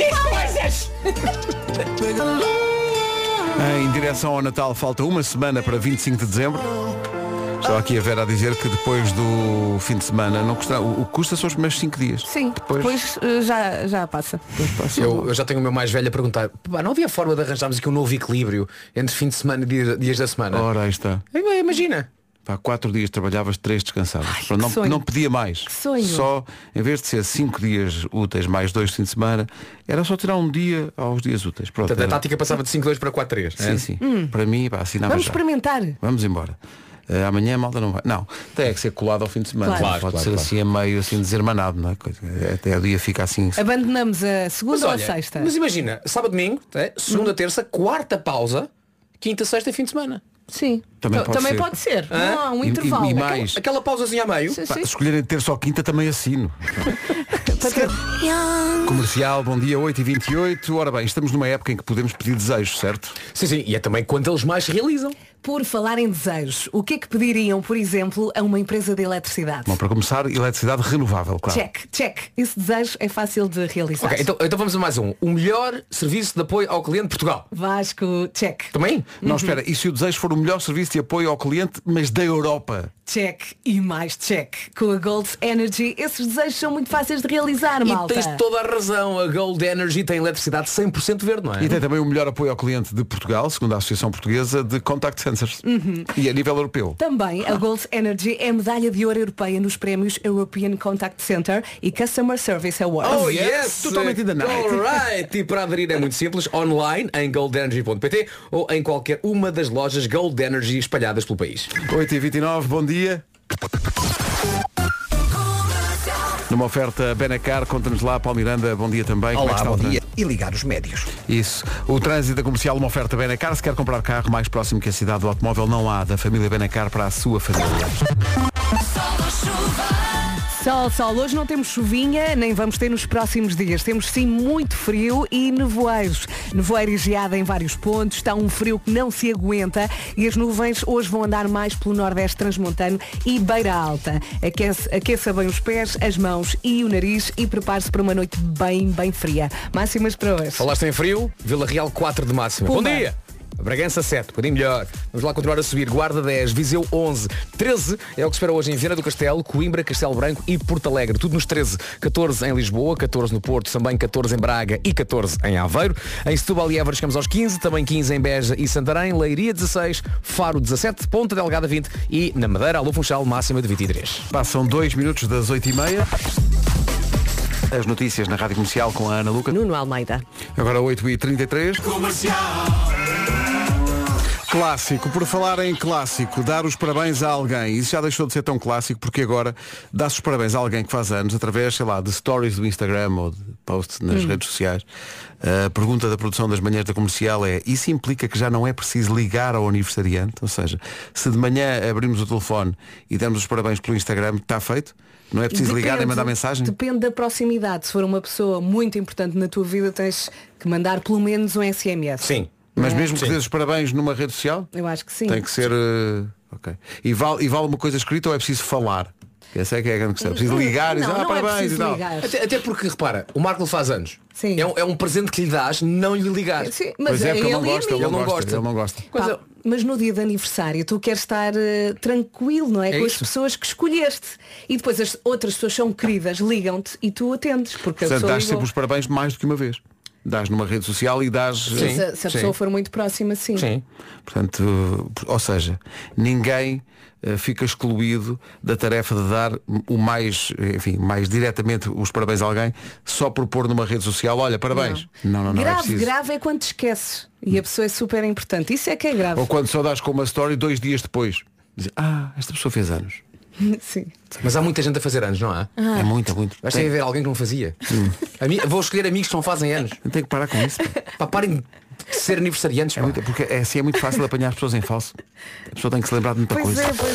Speaker 5: Diz coisas!
Speaker 2: Em direção ao Natal falta uma semana para 25 de dezembro. Estava aqui a Vera a dizer que depois do fim de semana não custa, o, o que custa são os primeiros 5 dias.
Speaker 4: Sim, depois, eh, já, já passa.
Speaker 5: Eu, eu já tenho o meu mais velho a perguntar, "Pá, não havia forma de arranjarmos aqui um novo equilíbrio entre fim de semana e dia- dias da semana.
Speaker 2: Ora, aí está.
Speaker 5: Oh. Imagina.
Speaker 2: Pá, quatro dias trabalhavas, três descansavas. Pronto, não,
Speaker 5: sonho.
Speaker 2: não pedia mais.
Speaker 5: sonho.
Speaker 2: Só, em vez de ser cinco dias úteis mais dois fins de semana, era só tirar um dia aos dias úteis. Pronto,
Speaker 5: Portanto, a
Speaker 2: era-
Speaker 5: tática passava de 5-2 para 4-3.
Speaker 2: Sim,
Speaker 5: é?
Speaker 2: sim.
Speaker 4: Hum.
Speaker 2: Para mim, pá, assinava
Speaker 4: Vamos
Speaker 2: já.
Speaker 4: experimentar.
Speaker 2: Vamos embora. Eh, amanhã a malda não vai. Não, tem é que ser colado ao fim de semana.
Speaker 4: Claro.
Speaker 2: Não
Speaker 4: Claro,
Speaker 2: Pode
Speaker 4: claro,
Speaker 2: ser
Speaker 4: claro.
Speaker 2: assim a meio assim desarmanado, não é? Coisa- Até o dia fica assim.
Speaker 4: Abandonamos a segunda
Speaker 5: Mas
Speaker 4: ou
Speaker 5: olha,
Speaker 4: a sexta? Uhum.
Speaker 5: Mas imagina, sábado, domingo, é? segunda, terça, quarta pausa, quinta, sexta e fim de semana.
Speaker 4: Sim.
Speaker 2: Também pode ser.
Speaker 5: Hã?
Speaker 4: Não há um
Speaker 2: E- e-
Speaker 4: intervalo.
Speaker 2: e mais?
Speaker 5: Aquela, aquela pausazinha a meio.
Speaker 2: Pá, se escolherem ter só quinta também assino. Comercial, bom dia, 8h28. Ora bem, estamos numa época em que podemos pedir desejos, certo?
Speaker 5: Sim, sim, e é também quando eles mais realizam.
Speaker 4: Por falar em desejos, o que é que pediriam, por exemplo, a uma empresa de eletricidade?
Speaker 2: Bom, para começar, eletricidade renovável, claro.
Speaker 4: Check, check. Esse desejo é fácil de realizar.
Speaker 5: Ok, então, então vamos a mais um. O melhor serviço de apoio ao cliente de Portugal.
Speaker 4: Vasco, check.
Speaker 5: Também?
Speaker 2: Não, espera, e se o desejo for o melhor serviço de apoio ao cliente, mas da Europa?
Speaker 4: Check e mais check. Com a Gold Energy, esses desejos são muito fáceis de realizar, malta.
Speaker 5: E tens toda a razão, a Gold Energy tem eletricidade 100% verde, não é?
Speaker 2: E tem também o melhor apoio ao cliente de Portugal, segundo a Associação Portuguesa de Contact Sensors.
Speaker 4: Uhum.
Speaker 2: E a nível europeu.
Speaker 4: Também a Gold Energy é medalha de ouro europeia nos prémios European Contact Center e Customer Service Awards.
Speaker 5: Oh yes!
Speaker 2: Totalmente ainda não.
Speaker 5: Alright! E para aderir é muito simples, online em goldenergy.pt ou em qualquer uma das lojas Gold Energy espalhadas pelo país.
Speaker 2: 8h29, bom dia. Numa oferta Benacar, conta-nos lá, Paulo Miranda, bom dia também. Como é
Speaker 3: Olá,
Speaker 2: que está
Speaker 3: bom
Speaker 2: o
Speaker 3: dia.
Speaker 2: trânsito?
Speaker 3: E ligar os médios.
Speaker 2: Isso. O trânsito da comercial, uma oferta Benacar. Se quer comprar carro mais próximo que a cidade do automóvel, não há. Da família Benacar para a sua família.
Speaker 4: Sol, sol, hoje não temos chuvinha, nem vamos ter nos próximos dias. Temos sim muito frio e nevoeiros. Nevoeiro e geada em vários pontos, está um frio que não se aguenta e as nuvens hoje vão andar mais pelo Nordeste Transmontano e Beira Alta. Aquece, aqueça bem os pés, as mãos e o nariz e prepare-se para uma noite bem, bem fria. Máximas para hoje.
Speaker 5: Falaste em frio, Vila Real 4 de máxima.
Speaker 4: Pumba.
Speaker 5: Bom dia! Bragança 7, um bocadinho melhor. Vamos lá continuar a subir. Guarda 10, Viseu 11, 13 é o que se espera hoje em Viana do Castelo, Coimbra, Castelo Branco e Porto Alegre. Tudo nos 13. 14 em Lisboa, 14 no Porto, também 14 em Braga e 14 em Aveiro. Em Setúbal e Évora chegamos aos 15, também 15 em Beja e Santarém, Leiria 16, Faro 17, Ponta Delgada 20 e na Madeira, Alô Funchal, máxima de 23.
Speaker 2: Passam dois minutos das 8h30. As notícias na Rádio Comercial com a Ana Luca.
Speaker 1: Nuno Almeida.
Speaker 2: Agora 8h33. Clássico, por falar em clássico, dar os parabéns a alguém. Isso já deixou de ser tão clássico porque agora dá-se os parabéns a alguém que faz anos através, sei lá, de stories do Instagram ou de posts nas
Speaker 11: Hum.
Speaker 2: redes sociais. A pergunta da produção das manhãs da comercial é: isso implica que já não é preciso ligar ao aniversariante? Ou seja, se de manhã abrimos o telefone e dermos os parabéns pelo Instagram, está feito? Não é preciso ligar nem
Speaker 4: Depende.
Speaker 2: mandar mensagem?
Speaker 4: Depende da proximidade. Se for uma pessoa muito importante na tua vida, tens que mandar pelo menos um SMS.
Speaker 5: Sim.
Speaker 2: Mas
Speaker 4: Não é?
Speaker 2: mesmo que dês os parabéns numa rede social?
Speaker 4: Eu acho que sim.
Speaker 2: Tem que ser. eh, ok. E vale, e vale uma coisa escrita ou é preciso falar? Essa é que é a grande questão. É preciso ligar e dizer, ah, parabéns e tal.
Speaker 5: Até, até porque, repara, o Marco faz anos. É, um, é um presente que lhe dás, não lhe ligar.
Speaker 4: Sim, mas Pois é, porque ele ele não é gosta, amigo. ele não gosta, ele não
Speaker 2: gosta.
Speaker 4: Pá, mas no dia de aniversário tu queres estar eh, tranquilo, não é?
Speaker 5: É
Speaker 4: Com as
Speaker 5: isso.
Speaker 4: pessoas que escolheste. E depois as outras pessoas são queridas, ligam-te e tu atendes. Porque
Speaker 2: Portanto,
Speaker 4: a pessoa
Speaker 2: dás
Speaker 4: ligou.
Speaker 2: sempre os parabéns mais do que uma vez. Dás numa rede social e dás. eh,
Speaker 4: Sim, se, se a pessoa for muito próxima, sim.
Speaker 2: Portanto, eh, ou seja, ninguém eh, fica excluído da tarefa de dar o mais, enfim, mais diretamente os parabéns a alguém só por pôr numa rede social, olha, parabéns. Não, não, não, é
Speaker 4: grave,
Speaker 2: preciso.
Speaker 4: grave é quando te esqueces. E a pessoa é super importante. Isso é que é grave.
Speaker 2: Ou quando só dás com uma story dois dias depois. Dizer, ah, esta pessoa fez anos.
Speaker 4: sim.
Speaker 5: Mas há muita gente a fazer anos, não há?
Speaker 4: Ah. É muita,
Speaker 2: muito.
Speaker 5: Mas tem a ver alguém que não fazia. Ami- Vou escolher amigos que não fazem anos.
Speaker 2: Tenho que parar com isso.
Speaker 5: Pá, parem de ser aniversariantes.
Speaker 2: É muito- porque é, assim é muito fácil apanhar as pessoas em falso. A pessoa tem que se lembrar de muita
Speaker 4: Pois
Speaker 2: coisa.
Speaker 4: é, pois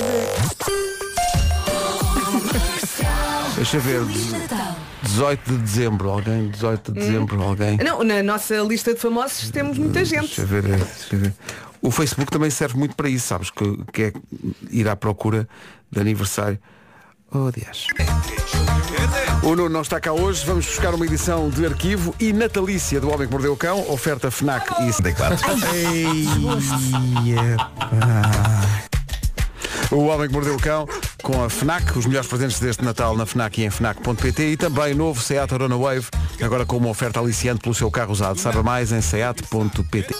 Speaker 2: Deixa ver. de- 18 de dezembro, alguém, 18 de dezembro, alguém.
Speaker 4: é. Não, na nossa lista de famosos temos muita gente.
Speaker 2: Deixa ver, eh, deixa ver. O Facebook também serve muito para isso, sabes? Que, que é ir à procura de aniversário. Oh, Deus. O Nuno não está cá hoje, vamos buscar uma edição de arquivo e natalícia do Homem que Mordeu o Cão, oferta FNAC e 74. O Homem que Mordeu o Cão com a FNAC, os melhores presentes deste Natal na FNAC e em FNAC.pt e também o novo Seat Arona Wave, agora com uma oferta aliciante pelo seu carro usado. Saiba mais em Seat.pt.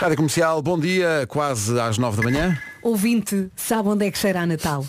Speaker 2: Rádio Comercial, bom dia, quase às 9 da manhã.
Speaker 4: Ouvinte, sabe onde é que cheira a Natal?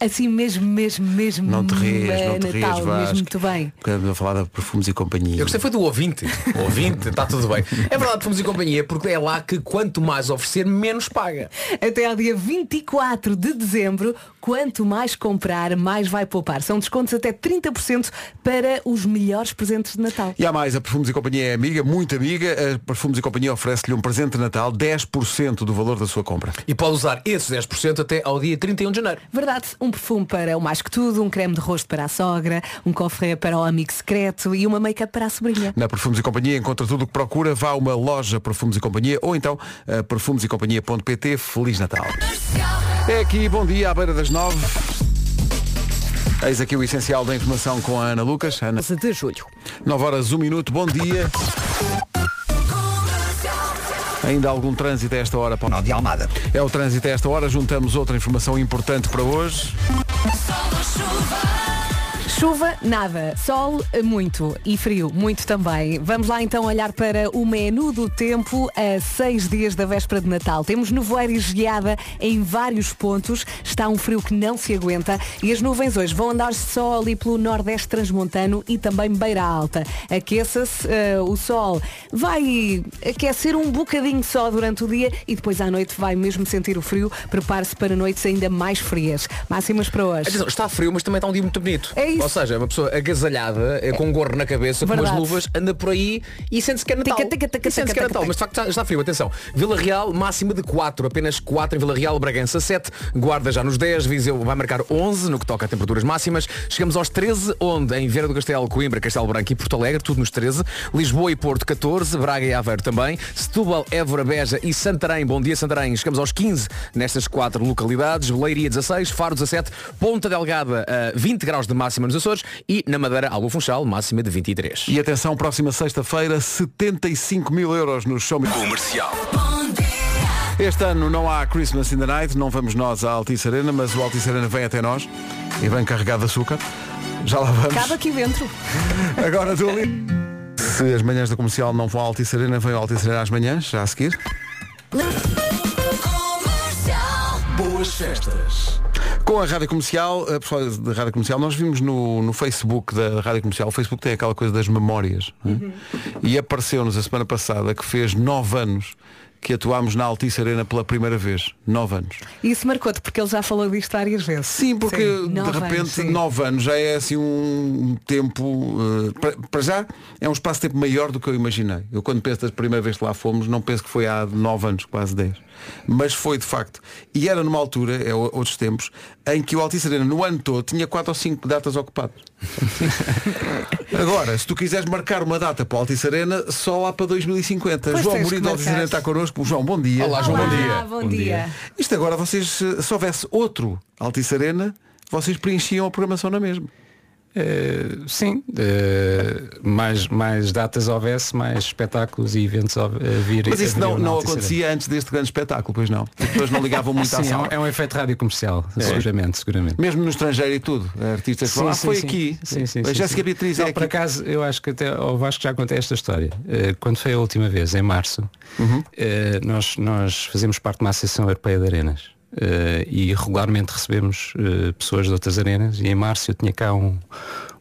Speaker 4: Assim mesmo, mesmo, mesmo.
Speaker 2: Não te rias,
Speaker 4: é
Speaker 2: não te
Speaker 4: Natal,
Speaker 2: rias,
Speaker 4: mesmo
Speaker 2: Vasco.
Speaker 4: muito bem.
Speaker 2: Estamos a falar de perfumes e companhia.
Speaker 5: Eu gostei foi do ouvinte. ouvinte, está tudo bem. É verdade, fomos em companhia, porque é lá que quanto mais oferecer, menos paga.
Speaker 4: Até ao dia 24 de dezembro, quanto mais comprar, mais vai poupar. São descontos até 30% para os melhores presentes de Natal.
Speaker 2: E há mais, a Perfumes e Companhia é amiga, muito amiga. A Perfumes e Companhia oferece-lhe um presente de Natal, 10% do valor da sua compra.
Speaker 5: E pode usar esses 10% até ao dia 31 de janeiro.
Speaker 4: Verdade, um perfume para o mais que tudo, um creme de rosto para a sogra, um cofre para o amigo secreto e uma make-up para a sobrinha.
Speaker 2: Na Perfumes e Companhia encontra tudo o que procura, vá a uma loja Perfumes e Companhia ou então a perfumesecompanhia.pt. Feliz Natal. É aqui, bom dia, à beira das nove. Eis aqui o essencial da informação com a Ana Lucas. Ana.
Speaker 1: de julho.
Speaker 2: 9 horas, 1 minuto, bom dia. Ainda há algum trânsito a esta hora para
Speaker 3: Não, de Almada.
Speaker 2: É o trânsito a esta hora, juntamos outra informação importante para hoje.
Speaker 4: Chuva, nada. Sol, muito. E frio, muito também. Vamos lá então olhar para o menu do tempo a seis dias da véspera de Natal. Temos nevoeiro e geada em vários pontos. Está um frio que não se aguenta e as nuvens hoje vão andar só ali pelo nordeste transmontano e também beira alta. Aqueça-se eh, o sol. Vai aquecer um bocadinho só durante o dia e depois à noite vai mesmo sentir o frio. Prepare-se para noites ainda mais frias. Máximas para hoje.
Speaker 5: Atenção, está frio, mas também está um dia muito bonito.
Speaker 4: É isso.
Speaker 5: Ou seja, uma pessoa agasalhada, eh, com um gorro na cabeça, com
Speaker 4: Verdade.
Speaker 5: umas luvas, anda por aí e sente-se que é Natal.
Speaker 4: Tica, tica, tica,
Speaker 5: e sente-se que é
Speaker 4: tica,
Speaker 5: Natal,
Speaker 4: tica.
Speaker 5: mas de facto está, está frio, atenção. Vila Real, máxima de 4, apenas 4 em Vila Real, Bragança 7, Guarda já nos 10, Viseu vai marcar 11 no que toca a temperaturas máximas. Chegamos aos 13, onde em Vera do Castelo, Coimbra, Castelo Branco e Porto Alegre, tudo nos 13. Lisboa e Porto 14, Braga e Aveiro também. Setúbal, Évora, Beja e Santarém, bom dia Santarém, chegamos aos 15 nestas quatro localidades. Leiria 16, Faro 17, Ponta Delgada eh, 20 graus de máxima nos Açores e na Madeira, Algo Funchal, máxima de 23.
Speaker 2: E atenção, próxima sexta-feira, 75 mil euros no show.
Speaker 8: Comercial.
Speaker 2: Este ano não há Christmas in the Night, não vamos nós à Altice Arena, mas o Altice Arena vem até nós e vem carregado de açúcar. Já lá vamos.
Speaker 4: Cabe aqui dentro.
Speaker 2: Agora do Se as manhãs da comercial não vão à Altice Arena, vem ao Altice Arena às manhãs, já a seguir.
Speaker 8: Boas festas.
Speaker 2: Com a Rádio Comercial, a pessoa da Rádio Comercial, nós vimos no, no Facebook da Rádio Comercial, o Facebook tem aquela coisa das memórias, não é? e apareceu-nos a semana passada que fez nove anos que atuámos na Altice Arena pela primeira vez. Nove anos.
Speaker 4: Isso marcou-te porque ele já falou disto várias vezes.
Speaker 2: Sim, porque
Speaker 4: Sim,
Speaker 2: de
Speaker 4: nove
Speaker 2: repente
Speaker 4: anos, sim.
Speaker 2: nove anos já é assim um tempo. eh, para- para já é um espaço de tempo maior do que eu imaginei. Eu quando penso da primeira vez que lá fomos, não penso que foi há nove anos, quase dez. Mas foi de facto. E era numa altura, é o- outros tempos, em que o Altice Arena no ano todo tinha quatro ou cinco datas ocupadas. Agora, se tu quiseres marcar uma data para o Altice Arena, só lá para 2050.
Speaker 4: Pois
Speaker 2: João
Speaker 4: tens que
Speaker 2: Murilo do Altice Arena
Speaker 4: marcar.
Speaker 2: está connosco. João, bom dia.
Speaker 5: Olá, João, bom dia.
Speaker 4: Ah, bom, dia.
Speaker 2: Isto agora, vocês, se se houvesse outro Altice Arena, vocês preenchiam a programação na mesma.
Speaker 11: Sim, eh, mais, mais datas houvesse, mais espetáculos e eventos houve- eh, vir.
Speaker 2: Mas isso não,
Speaker 11: haveriam na
Speaker 2: não
Speaker 11: Altice Arena.
Speaker 2: acontecia antes deste grande espetáculo, pois não. As pessoas não ligavam muito à
Speaker 11: Sim, é um,
Speaker 2: sala. É.
Speaker 11: é um efeito rádio comercial, seguramente, seguramente.
Speaker 2: Mesmo no estrangeiro e tudo. Artistas falam, ah, foi aqui.
Speaker 11: Sim, sim,
Speaker 2: a
Speaker 11: sim,
Speaker 2: Jéssica
Speaker 11: sim.
Speaker 2: Beatriz é
Speaker 11: Não,
Speaker 2: aqui.
Speaker 11: por acaso, eu acho que até o Vasco já contei esta história. Eh, Quando foi a última vez, em março,
Speaker 2: Uhum.
Speaker 11: eh, nós, nós fazemos parte de uma Associação Europeia de Arenas. eh, e regularmente recebemos eh, pessoas de outras arenas e em março eu tinha cá um-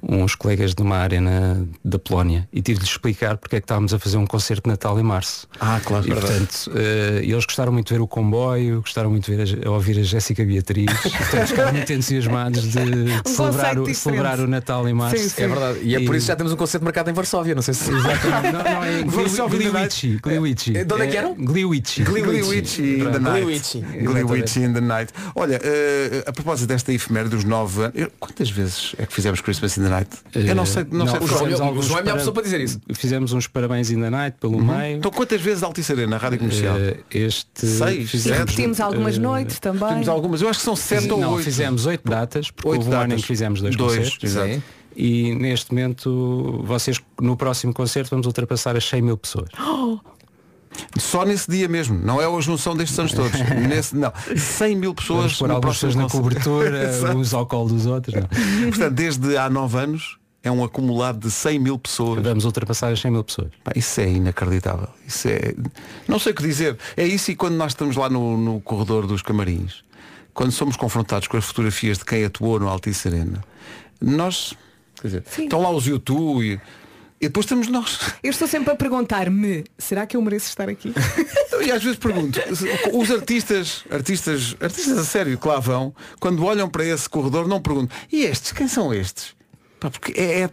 Speaker 11: uns colegas de uma arena da Polónia e tive de lhes explicar porque é que estávamos a fazer um concerto de Natal em março
Speaker 2: Ah, claro,
Speaker 11: e,
Speaker 2: verdade.
Speaker 11: portanto, eh, eles gostaram muito de ver o comboio, gostaram muito de ver a Gé- a ouvir a Jéssica Beatriz, portanto, ficaram muito entusiasmados de celebrar, o,
Speaker 4: Um diferente.
Speaker 11: celebrar o Natal em março.
Speaker 4: Sim, sim.
Speaker 5: É verdade. E é por isso que já temos um concerto marcado em Varsóvia, não sei se.
Speaker 11: Exatamente. Não, não, é Eh,
Speaker 2: Versão
Speaker 11: Gli- Gliwici. Gliwici.
Speaker 5: É, de onde é que eram?
Speaker 11: Gliwici.
Speaker 2: Gliwitch in the night.
Speaker 5: Gliwitch.
Speaker 2: Gliwitch in the night. Olha, eh, a propósito desta efeméride dos nove anos, eu- quantas vezes é que fizemos Christmas in the night?
Speaker 11: Eh,
Speaker 2: Eu não sei, não, sei.
Speaker 5: o
Speaker 2: qual.
Speaker 5: João-
Speaker 11: fizemos
Speaker 5: o
Speaker 11: alguns
Speaker 5: João é a melhor pessoa para dizer isso. Uhum.
Speaker 11: Fizemos uns parabéns in the night pelo meio.
Speaker 2: Então quantas vezes Altice Arena, a Rádio Comercial?
Speaker 11: Eh, este
Speaker 2: Seis,
Speaker 11: fizemos,
Speaker 2: sete.
Speaker 4: Temos algumas
Speaker 11: eh,
Speaker 4: noites também.
Speaker 2: Temos algumas, eu acho que são sete ou
Speaker 11: não,
Speaker 2: oito.
Speaker 11: fizemos oito datas, porque
Speaker 2: Oito
Speaker 11: houve um ano
Speaker 2: datas.
Speaker 11: em que fizemos dois,
Speaker 2: Dois,
Speaker 11: concertos.
Speaker 2: exato.
Speaker 11: Sim. E neste momento, vocês no próximo concerto vamos ultrapassar as 100 mil pessoas.
Speaker 2: Só nesse dia mesmo, não é a junção destes anos todos. Nesse, não. 100 mil pessoas
Speaker 11: Vamos pôr
Speaker 2: no
Speaker 11: algumas
Speaker 2: próximo
Speaker 11: pessoas na
Speaker 2: concerto.
Speaker 11: cobertura,
Speaker 2: Exato.
Speaker 11: uns ao colo dos outros. não.
Speaker 2: Portanto, desde há 9 anos é um acumulado de 100 mil pessoas.
Speaker 11: Vamos ultrapassar as 100 mil pessoas.
Speaker 2: isso é inacreditável. Isso é. Não sei o que dizer. É isso e quando nós estamos lá no, no corredor dos camarins, quando somos confrontados com as fotografias de quem atuou no Altice Serena, nós. Quer dizer, estão lá os YouTube e, e depois estamos nós.
Speaker 4: Eu estou sempre a perguntar-me, será que eu mereço estar aqui?
Speaker 2: E às vezes pergunto, os artistas, artistas, artistas a sério que lá vão, quando olham para esse corredor não perguntam, e estes, quem são estes? Pá, porque é, é, é-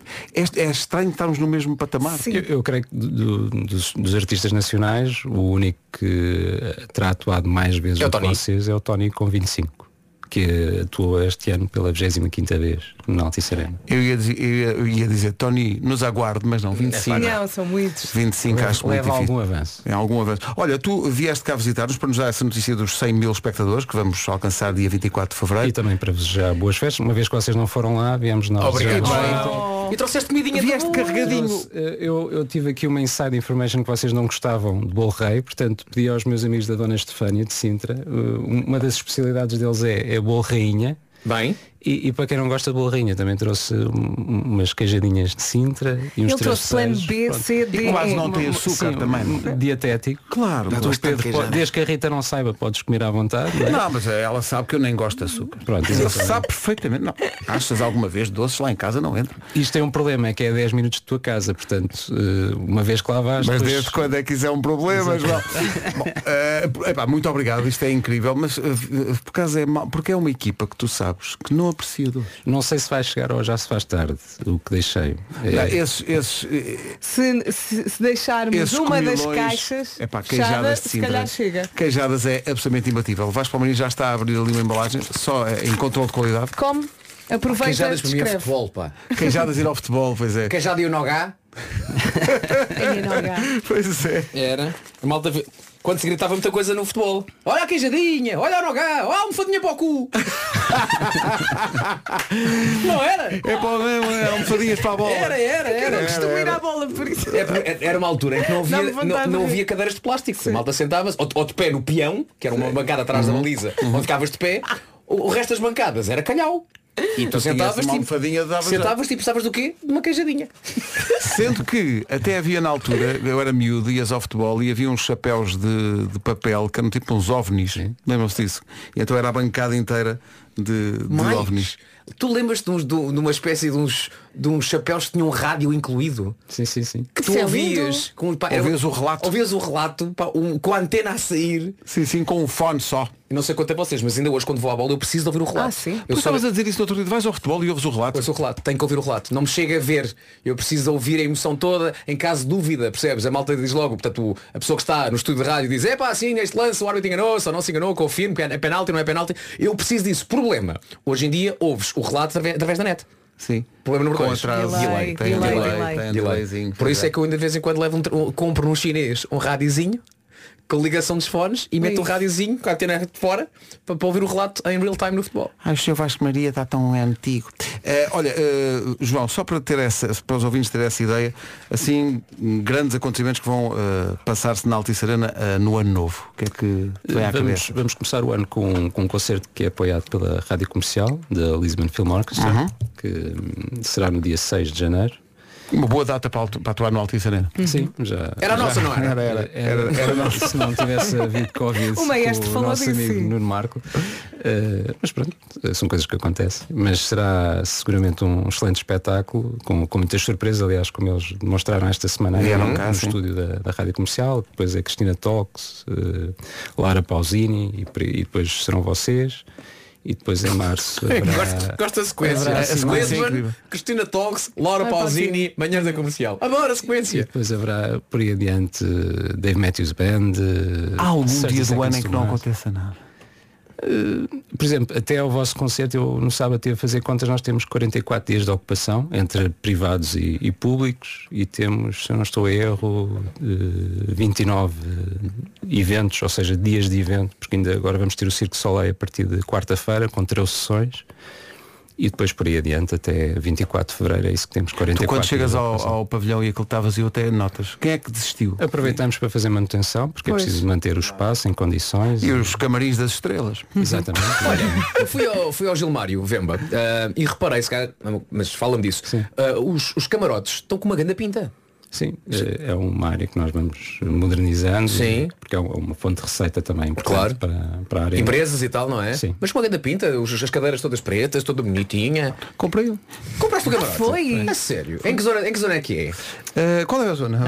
Speaker 2: é estranho estarmos no mesmo patamar.
Speaker 11: Eu, eu creio que do- do- dos, dos artistas nacionais, o único que eh, terá atuado mais vezes
Speaker 5: É o
Speaker 11: do que
Speaker 5: Tony.
Speaker 11: vocês é o Tony com 25, que eh, atuou este ano pela 25 vez na Altice Arena.
Speaker 2: Eu ia, dizer, eu ia- eu ia dizer, Tony, nos aguarde, mas não, 25.
Speaker 4: Não, são muitos.
Speaker 2: 25
Speaker 11: Leva-
Speaker 2: acho
Speaker 11: leva
Speaker 2: muito difícil.
Speaker 11: algum avanço.
Speaker 2: É algum avanço. Olha, tu vieste cá visitar-nos para nos dar essa notícia dos 100 mil espectadores que vamos alcançar dia 24 de Fevereiro.
Speaker 11: E também para vos já boas festas, uma vez que vocês não foram lá, viemos nós.
Speaker 5: Obrigado.
Speaker 11: já.
Speaker 5: E trouxeste comidinha Vieste
Speaker 11: Trouxe, eh, Eu, eu tive aqui uma inside information que vocês não gostavam de bolo rei, portanto pedi aos meus amigos da Dona Estefânia de Sintra, eh, uma das especialidades deles é, é bolo rainha.
Speaker 5: Bem.
Speaker 11: E, e para quem não gosta de bolo rainha também trouxe um- umas queijadinhas de Sintra e uns
Speaker 4: Ele trouxe plano
Speaker 11: troceiros,
Speaker 4: B,
Speaker 11: pronto.
Speaker 4: C, D. E.
Speaker 11: Sim, um Dietético.
Speaker 2: Claro,
Speaker 11: Portanto, o Pedro pode- desde que a Rita não saiba, podes comer à vontade. não é?
Speaker 2: Não, mas ela sabe que eu nem gosto de açúcar.
Speaker 11: Pronto,
Speaker 2: Ela
Speaker 11: exatamente.
Speaker 2: sabe perfeitamente. Não. Achas alguma vez doces lá em casa não entra.
Speaker 11: Isto tem um problema, é que é 10 minutos de tua casa, portanto, eh, uma vez que lá vais.
Speaker 2: Mas
Speaker 11: depois-
Speaker 2: desde quando é que isso é um problema, João? Bom, eh, epá, muito obrigado, isto é incrível, mas eh, eh, por causa é mal, porque é uma equipa que tu sabes que não aprecia doces.
Speaker 11: Não sei se vai chegar ou já se faz tarde, o que deixei.
Speaker 5: É.
Speaker 2: Não,
Speaker 11: Eh,
Speaker 2: esses, esses, eh,
Speaker 4: Se, se- se deixarmos
Speaker 2: esses
Speaker 4: uma das
Speaker 2: comilões-
Speaker 4: caixas
Speaker 2: epá,
Speaker 4: fechada,
Speaker 2: queijadas de
Speaker 4: se calhar
Speaker 2: Sintra.
Speaker 4: chega.
Speaker 2: Queijadas é absolutamente imbatível. Vais para o menino já está a abrir ali uma embalagem, só eh, em controle de qualidade.
Speaker 4: Come, aproveita,
Speaker 5: Queijadas para mim é
Speaker 4: descreve.
Speaker 5: futebol, pá.
Speaker 2: Queijadas ir ao futebol, pois é.
Speaker 5: Queijada e o Nogá.
Speaker 2: Pois é.
Speaker 5: Era. A malta vi- Quando se gritava muita coisa no futebol. Olha a queijadinha, olha o Nogá, olha a almofadinha para o cu. Não era?
Speaker 2: É para o mesmo, é almofadinhas para a bola.
Speaker 5: Era, era,
Speaker 4: Eu
Speaker 5: era.
Speaker 4: não costumo
Speaker 2: era,
Speaker 4: ir à bola, por isso.
Speaker 5: É porque Era uma altura em que não havia,
Speaker 4: Dá-me vontade
Speaker 5: não,
Speaker 4: de
Speaker 5: não
Speaker 4: rir.
Speaker 5: havia cadeiras de plástico. A malta sentava-se, ou, ou de pé no peão, que era uma bancada atrás
Speaker 4: Uhum.
Speaker 5: da baliza, onde ficavas de pé, o, o resto das bancadas era calhau. E tu
Speaker 2: tinhas
Speaker 5: sentavas
Speaker 2: uma
Speaker 5: tipo,
Speaker 2: almofadinha, davas-
Speaker 5: sentavas e precisavas do quê? De uma queijadinha.
Speaker 2: Sendo que até havia na altura, eu era miúdo, ias ao futebol e havia uns chapéus de, de papel que eram tipo uns ovnis. Lembram-se disso? E então era a bancada inteira de, de
Speaker 5: Mais?
Speaker 2: ovnis.
Speaker 5: Tu lembras-te de, uns- de uma espécie de uns, de uns chapéus que tinham um rádio incluído?
Speaker 11: Sim, sim, sim.
Speaker 5: Que tu
Speaker 4: Isso é
Speaker 5: ouvias,
Speaker 4: lindo.
Speaker 5: com, pá,
Speaker 2: Ouvias o relato.
Speaker 5: Ouvias o relato, pá, um- com a antena a sair.
Speaker 2: Sim, sim, com um fone só.
Speaker 5: Eu não sei quanto é vocês, mas ainda hoje quando vou à bola eu preciso de ouvir o relato.
Speaker 4: Ah, sim.
Speaker 5: Eu
Speaker 2: Tu
Speaker 5: só-
Speaker 2: estavas a dizer isso no outro dia, vais ao futebol e ouves o relato.
Speaker 5: Eu sou o relato, tenho que ouvir o relato. Não me chega a ver. Eu preciso ouvir a emoção toda em caso de dúvida, percebes? A malta diz logo, portanto, o- a pessoa que está no estúdio de rádio diz, é pá, sim, este lance, o árbitro enganou-se, ou não se enganou, confirmo, que é penalti, não é penalti. Eu preciso disso. Problema. Hoje em dia ouves o relato através, através da net.
Speaker 2: Sim.
Speaker 5: Problema número
Speaker 2: Com
Speaker 5: dois.
Speaker 2: atraso.
Speaker 4: Delay,
Speaker 2: Tem um
Speaker 4: delay,
Speaker 2: delay,
Speaker 4: delay.
Speaker 2: tem um
Speaker 5: Delay.
Speaker 2: delayzinho,
Speaker 5: Por isso
Speaker 2: pois
Speaker 5: é que eu ainda de vez em quando levo um, tr- um- compro num chinês um rádiozinho com ligação dos fones e meto um rádiozinho com a antena de fora para, para ouvir o relato em real time no futebol.
Speaker 2: Ah, o seu Vasco Maria está tão antigo. Eh, olha, eh, João, só para, ter essa, para os ouvintes terem essa ideia, assim, grandes acontecimentos que vão eh, passar-se na Altice Arena eh, no ano novo. O que é que te vem à
Speaker 11: Vamos,
Speaker 2: cabeça?
Speaker 11: vamos começar o ano com, com um concerto que é apoiado pela Rádio Comercial, da Lisbon Film Orchestra, que hum, será no dia 6 de janeiro.
Speaker 2: Uma boa data para, atu- para atuar no Altice Arena.
Speaker 11: Sim, já.
Speaker 5: Era a nossa, não era?
Speaker 11: era,
Speaker 2: eh,
Speaker 11: era, se não tivesse havido Covid
Speaker 4: O maestro
Speaker 11: com
Speaker 4: falou
Speaker 11: o nosso
Speaker 4: disso,
Speaker 11: amigo
Speaker 4: sim.
Speaker 11: Nuno Marco. Eh, mas pronto, eh, são coisas que acontecem. Mas será seguramente um excelente espetáculo, com, com muitas surpresas, aliás, como eles demonstraram esta semana aí
Speaker 2: Vieram
Speaker 11: no,
Speaker 2: cá,
Speaker 11: no
Speaker 2: sim.
Speaker 11: estúdio da, da Rádio Comercial, depois a Cristina Tox, eh, Lara Pausini e, por aí- e depois serão vocês. E depois em março. haverá-
Speaker 5: Gosto, gosto da sequência.
Speaker 11: haverá
Speaker 5: A
Speaker 11: assim mais-
Speaker 5: sequência Cristina Tox, Laura
Speaker 4: Ai,
Speaker 5: Pausini, Manhãs da Comercial. Adoro a
Speaker 11: E
Speaker 5: sequência.
Speaker 11: depois haverá por aí adiante eh, Dave Matthews Band. eh,
Speaker 2: Há algum
Speaker 11: 30
Speaker 2: dia do ano
Speaker 11: Seconds
Speaker 2: em que
Speaker 11: to
Speaker 2: não
Speaker 11: Mars.
Speaker 2: aconteça nada.
Speaker 11: Por exemplo, até ao vosso concerto, eu no sábado estive a fazer contas, nós temos 44 dias de ocupação entre privados e, e públicos e temos, se eu não estou a erro, eh, 29 eh, eventos, ou seja, dias de evento, porque ainda agora vamos ter o Circo Soleil a partir de quarta-feira, com três sessões. E depois por aí adiante, até 24 de Fevereiro, é isso que temos, 44
Speaker 2: Tu quando chegas
Speaker 11: dias.
Speaker 2: ao, ao pavilhão e aquilo está vazio até notas. Quem é que desistiu?
Speaker 11: Aproveitamos para fazer manutenção, porque
Speaker 2: Pois.
Speaker 11: é preciso manter o espaço em condições.
Speaker 2: E os camarins das estrelas.
Speaker 11: Exatamente.
Speaker 5: Eu fui ao, fui ao Gilmário Vemba ah, e reparei, se calhar, não, mas fala-me disso. Ah, os, os camarotes estão com uma grande pinta.
Speaker 11: Sim, eh, é uma área que nós vamos modernizando,
Speaker 5: Sim.
Speaker 11: porque é uma fonte de receita também importante para, para a área.
Speaker 5: Empresas e tal, não é?
Speaker 11: Sim.
Speaker 5: Mas com uma grande pinta, os- as cadeiras todas pretas, toda bonitinha.
Speaker 2: Comprei um.
Speaker 5: Compraste o
Speaker 2: Ah,
Speaker 5: camarote?
Speaker 2: foi?
Speaker 5: É sério. Em que, zona, em que zona é que é?
Speaker 2: Eh, qual é a zona?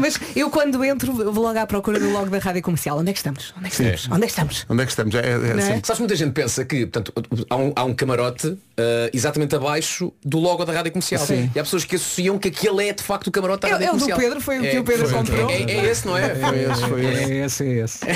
Speaker 4: Mas eu quando entro vou logo à procura do logo da rádio comercial. Onde é que estamos? Onde é que estamos? Onde é que estamos?
Speaker 2: Onde é que estamos? É, é,
Speaker 5: Não
Speaker 2: assim.
Speaker 5: é? Sabes que muita gente pensa que portanto, há, um, há um camarote ah, exatamente abaixo do logo da rádio comercial.
Speaker 4: Sim.
Speaker 5: E há pessoas que associam que aquele é de facto o camarote da
Speaker 4: É-
Speaker 5: rádio
Speaker 4: é o do
Speaker 5: comercial.
Speaker 4: Pedro, foi o que o Pedro
Speaker 5: foi.
Speaker 4: comprou.
Speaker 5: É, é esse, não é?
Speaker 11: É esse, é esse.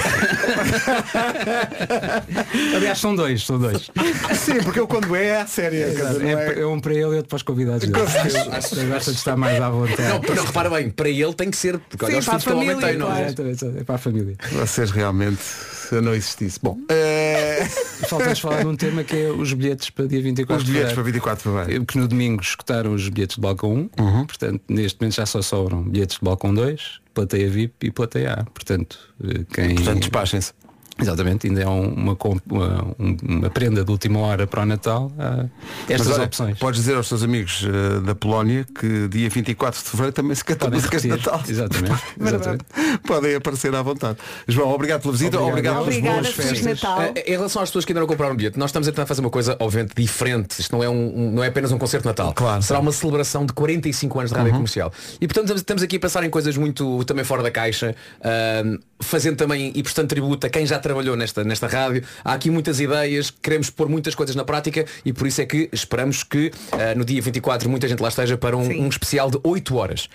Speaker 11: Aliás, são dois, são dois.
Speaker 2: Sim, porque eu quando é, é a séria.
Speaker 11: É, é um para ele e outro para os convidados. dele.
Speaker 5: Acho- acho-
Speaker 11: Eu gosto de estar mais à vontade.
Speaker 5: Não, não, repara bem, para ele tem que ser, porque olha os
Speaker 11: para a
Speaker 5: filhos que ele
Speaker 11: família,
Speaker 5: homem tem, não é?
Speaker 11: Exatamente, é para a família.
Speaker 2: Vocês realmente, se eu não existisse. Bom, eh,
Speaker 11: Faltas falar de um tema que é os bilhetes para dia 24
Speaker 2: os bilhetes
Speaker 11: de
Speaker 2: para
Speaker 11: fevereiro.
Speaker 2: 24 de fevereiro.
Speaker 11: Eu, Que no domingo escutaram os bilhetes de balcão 1, portanto, neste momento já só sobram bilhetes de balcão 2, plateia VIP e plateia A. Portanto, eh, quem.
Speaker 2: Portanto, despachem-se.
Speaker 11: Exatamente, ainda é um- uma, comp- uma, um- uma prenda de última hora para o Natal. há estas
Speaker 2: Mas, olha,
Speaker 11: opções.
Speaker 2: Podes dizer aos teus amigos eh, da Polónia que dia 24 de fevereiro também se canta
Speaker 11: Podem
Speaker 2: músicas de
Speaker 11: repetir.
Speaker 2: Natal.
Speaker 11: Exatamente,
Speaker 2: Verdade. Podem aparecer à vontade. João, obrigado pela visita, obrigado, pelas boas festas.
Speaker 9: Ah,
Speaker 5: Eh, Em relação às pessoas que ainda não compraram bilhete, nós estamos a tentar fazer uma coisa, obviamente, diferente. Isto não é, um, um- não é apenas um concerto de Natal. Claro, Será uma celebração de 45 anos de rádio
Speaker 12: Uhum.
Speaker 5: comercial. E, portanto, estamos- estamos aqui a pensar em coisas muito também fora da caixa, ahm, fazendo também e prestando tributo a quem já trabalhou nesta, nesta rádio. Há aqui muitas ideias, queremos pôr muitas coisas na prática e por isso é que esperamos que ah, no dia 24 muita gente lá esteja para um, um especial de 8 horas.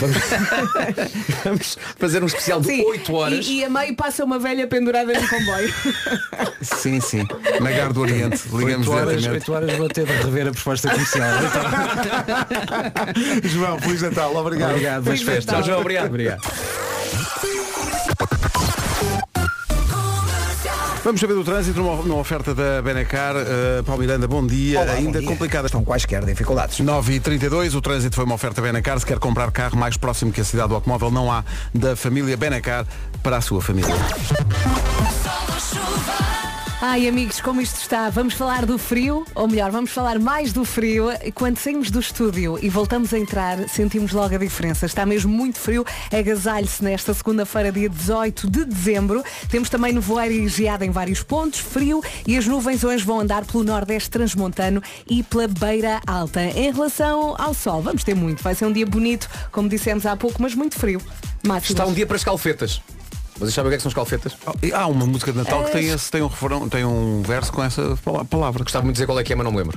Speaker 5: Vamos, vamos fazer um especial de 8 horas.
Speaker 4: E, e a meio passa uma velha pendurada no comboio.
Speaker 2: Sim, sim. Na Gar do Oriente. Ligamos
Speaker 11: Oito horas,
Speaker 2: diretamente.
Speaker 11: oito horas vou ter de rever a proposta comercial.
Speaker 2: João, Feliz Natal, obrigado.
Speaker 11: Obrigado, boas
Speaker 2: Feliz
Speaker 11: festas.
Speaker 2: Natal.
Speaker 11: Tchau, João, obrigado.
Speaker 2: Vamos saber do trânsito numa, numa oferta da Benecar. Eh, Paulo Miranda, bom dia. Ainda complicada. Estão
Speaker 3: quaisquer dificuldades.
Speaker 2: 9h32, o trânsito foi uma oferta Benecar. Se quer comprar carro mais próximo que a cidade do automóvel, não há da família Benecar para a sua família.
Speaker 4: Ai amigos, como isto está? Vamos falar do frio, ou melhor, vamos falar mais do frio. Quando saímos do estúdio e voltamos a entrar, sentimos logo a diferença. Está mesmo muito frio, agasalhe-se nesta segunda-feira, dia 18 de dezembro. Temos também nevoeiro e geada em vários pontos, frio e as nuvens hoje vão andar pelo nordeste transmontano e pela beira alta. Em relação ao sol, vamos ter muito. Vai ser um dia bonito, como dissemos há pouco, mas muito frio. Máximas.
Speaker 5: Está um dia para escalfetas. Vocês sabem o que é que são escalfetas?
Speaker 2: Há uma música de Natal que tem,
Speaker 5: É.
Speaker 2: esse, tem, um, refrão- tem um verso com essa pala- palavra.
Speaker 5: Gostava muito de dizer qual é que é, mas não me lembro.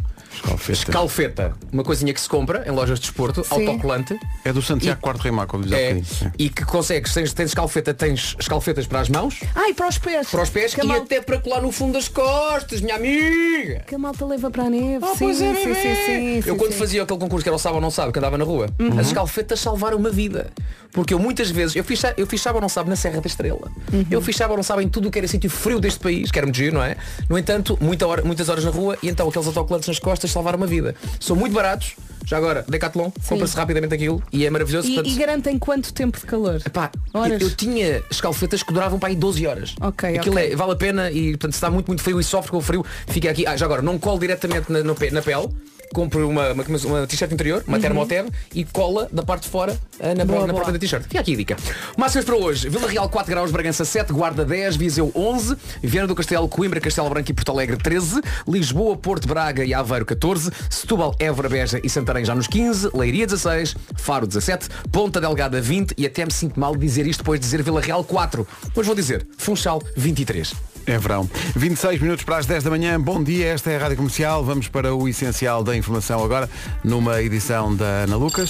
Speaker 5: Escalfeta. Uma coisinha que se compra em lojas de desporto,
Speaker 2: Sim.
Speaker 5: autocolante.
Speaker 2: É do Santiago Quarto Reimar, como diz há
Speaker 5: É,
Speaker 2: bocadinho.
Speaker 5: e que consegues, tens, tens escalfeta, tens escalfetas para as mãos,
Speaker 4: Ai, para os pés.
Speaker 5: para os pés
Speaker 4: Que a
Speaker 5: e
Speaker 4: malta-
Speaker 5: até é para colar no fundo das costas, minha amiga!
Speaker 4: Que a malta leva para a neve.
Speaker 5: Ah,
Speaker 4: sim,
Speaker 5: pois é,
Speaker 4: sim,
Speaker 5: bebê.
Speaker 4: sim, sim, sim,
Speaker 5: Eu quando
Speaker 4: sim. Uhum.
Speaker 5: fazia aquele concurso que era o sábado ou não sabe, que andava na rua, as escalfetas salvaram uma vida. Porque eu muitas vezes, eu fiz, sa- eu fiz sábado ou não sabe na Serra da Estrela.
Speaker 4: Uhum.
Speaker 5: Eu fiz sábado ou não sabe em tudo o que era sítio frio deste país, que era muito giro, não é? No entanto, muita hora- muitas horas na rua e então aqueles autocolantes nas costas salvaram uma vida. São muito baratos, já agora, Decathlon, compra-se rapidamente aquilo e é maravilhoso.
Speaker 4: E,
Speaker 5: portanto,
Speaker 4: e garantem quanto tempo de calor?
Speaker 5: eu,
Speaker 4: horas.
Speaker 5: eu tinha escalfetas que duravam para aí 12 horas.
Speaker 4: Ok,
Speaker 5: Aquilo
Speaker 4: ok.
Speaker 5: é, vale a pena e portanto se está muito, muito frio e sofre com o frio, fica aqui. Ah, já agora, não colo diretamente na, no pe- na pele, compro uma, uma, camisa- uma t-shirt interior, uma
Speaker 12: Uhum.
Speaker 5: termoteb e cola da parte de fora ah, na,
Speaker 12: Boa,
Speaker 5: na
Speaker 12: boa.
Speaker 5: própria da t-shirt. Fica aqui a dica. Máximas para hoje, Vila Real 4 graus, Bragança 7, Guarda 10, Viseu 11, Viana do Castelo, Coimbra, Castelo Branco e Porto Alegre 13, Lisboa, Porto Braga e Aveiro 14, Setúbal, Évora, Beja e Santarém já nos 15, Leiria 16, Faro 17, Ponta Delgada 20 e até me sinto mal de dizer isto depois de dizer Vila Real 4. Mas vou dizer Funchal 23.
Speaker 2: É verão. 26 minutos para as 10 da manhã. Bom dia, esta é a Rádio Comercial. Vamos para o essencial da informação agora, numa edição da Ana Lucas.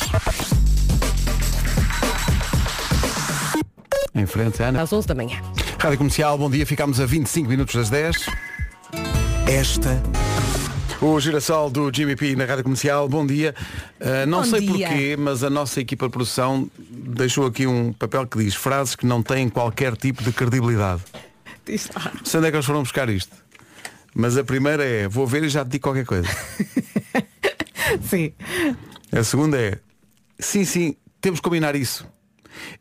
Speaker 2: Em frente, Ana.
Speaker 1: Às 11 da manhã.
Speaker 2: Rádio Comercial, bom dia. Ficámos a 25 minutos das 10. Esta. O girassol do Jimmy P na Rádio Comercial, bom dia. Uh, não
Speaker 13: Bom
Speaker 2: sei
Speaker 13: dia.
Speaker 2: porquê, mas a nossa equipa de produção deixou aqui um papel que diz frases que não têm qualquer tipo de credibilidade.
Speaker 4: Isto-
Speaker 2: Sei onde é que eles foram buscar isto? Mas a primeira é, vou ver e já te digo qualquer coisa.
Speaker 4: sim.
Speaker 2: A segunda é, sim, sim, temos que combinar isso.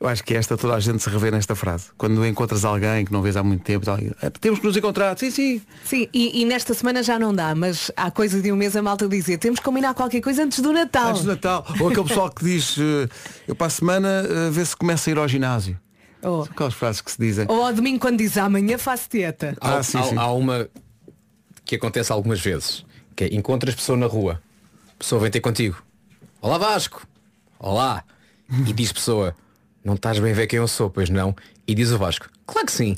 Speaker 2: Eu acho que é esta toda a gente se revê nesta frase. Quando encontras alguém que não vês há muito tempo, tal, "É, temos que nos encontrar, sim, sim.
Speaker 4: Sim, e, e nesta semana já não dá, mas há coisa de um mês a malta dizia, temos que combinar qualquer coisa antes do Natal.
Speaker 2: Antes do Natal. Ou aquele pessoal que diz, eh, eu para a semana eh, vê se começa a ir ao ginásio.
Speaker 4: Oh.
Speaker 2: São aquelas frases que se dizem.
Speaker 4: Ou ao domingo quando diz amanhã faço dieta.
Speaker 2: Ah,
Speaker 5: há, um-
Speaker 2: sim,
Speaker 5: há-
Speaker 2: sim.
Speaker 5: há uma que acontece algumas vezes, que é encontras pessoa na rua, pessoa vem ter contigo. Olá Vasco! Olá! E diz pessoa, não estás bem a ver quem eu sou, pois não? E diz o Vasco, claro que sim.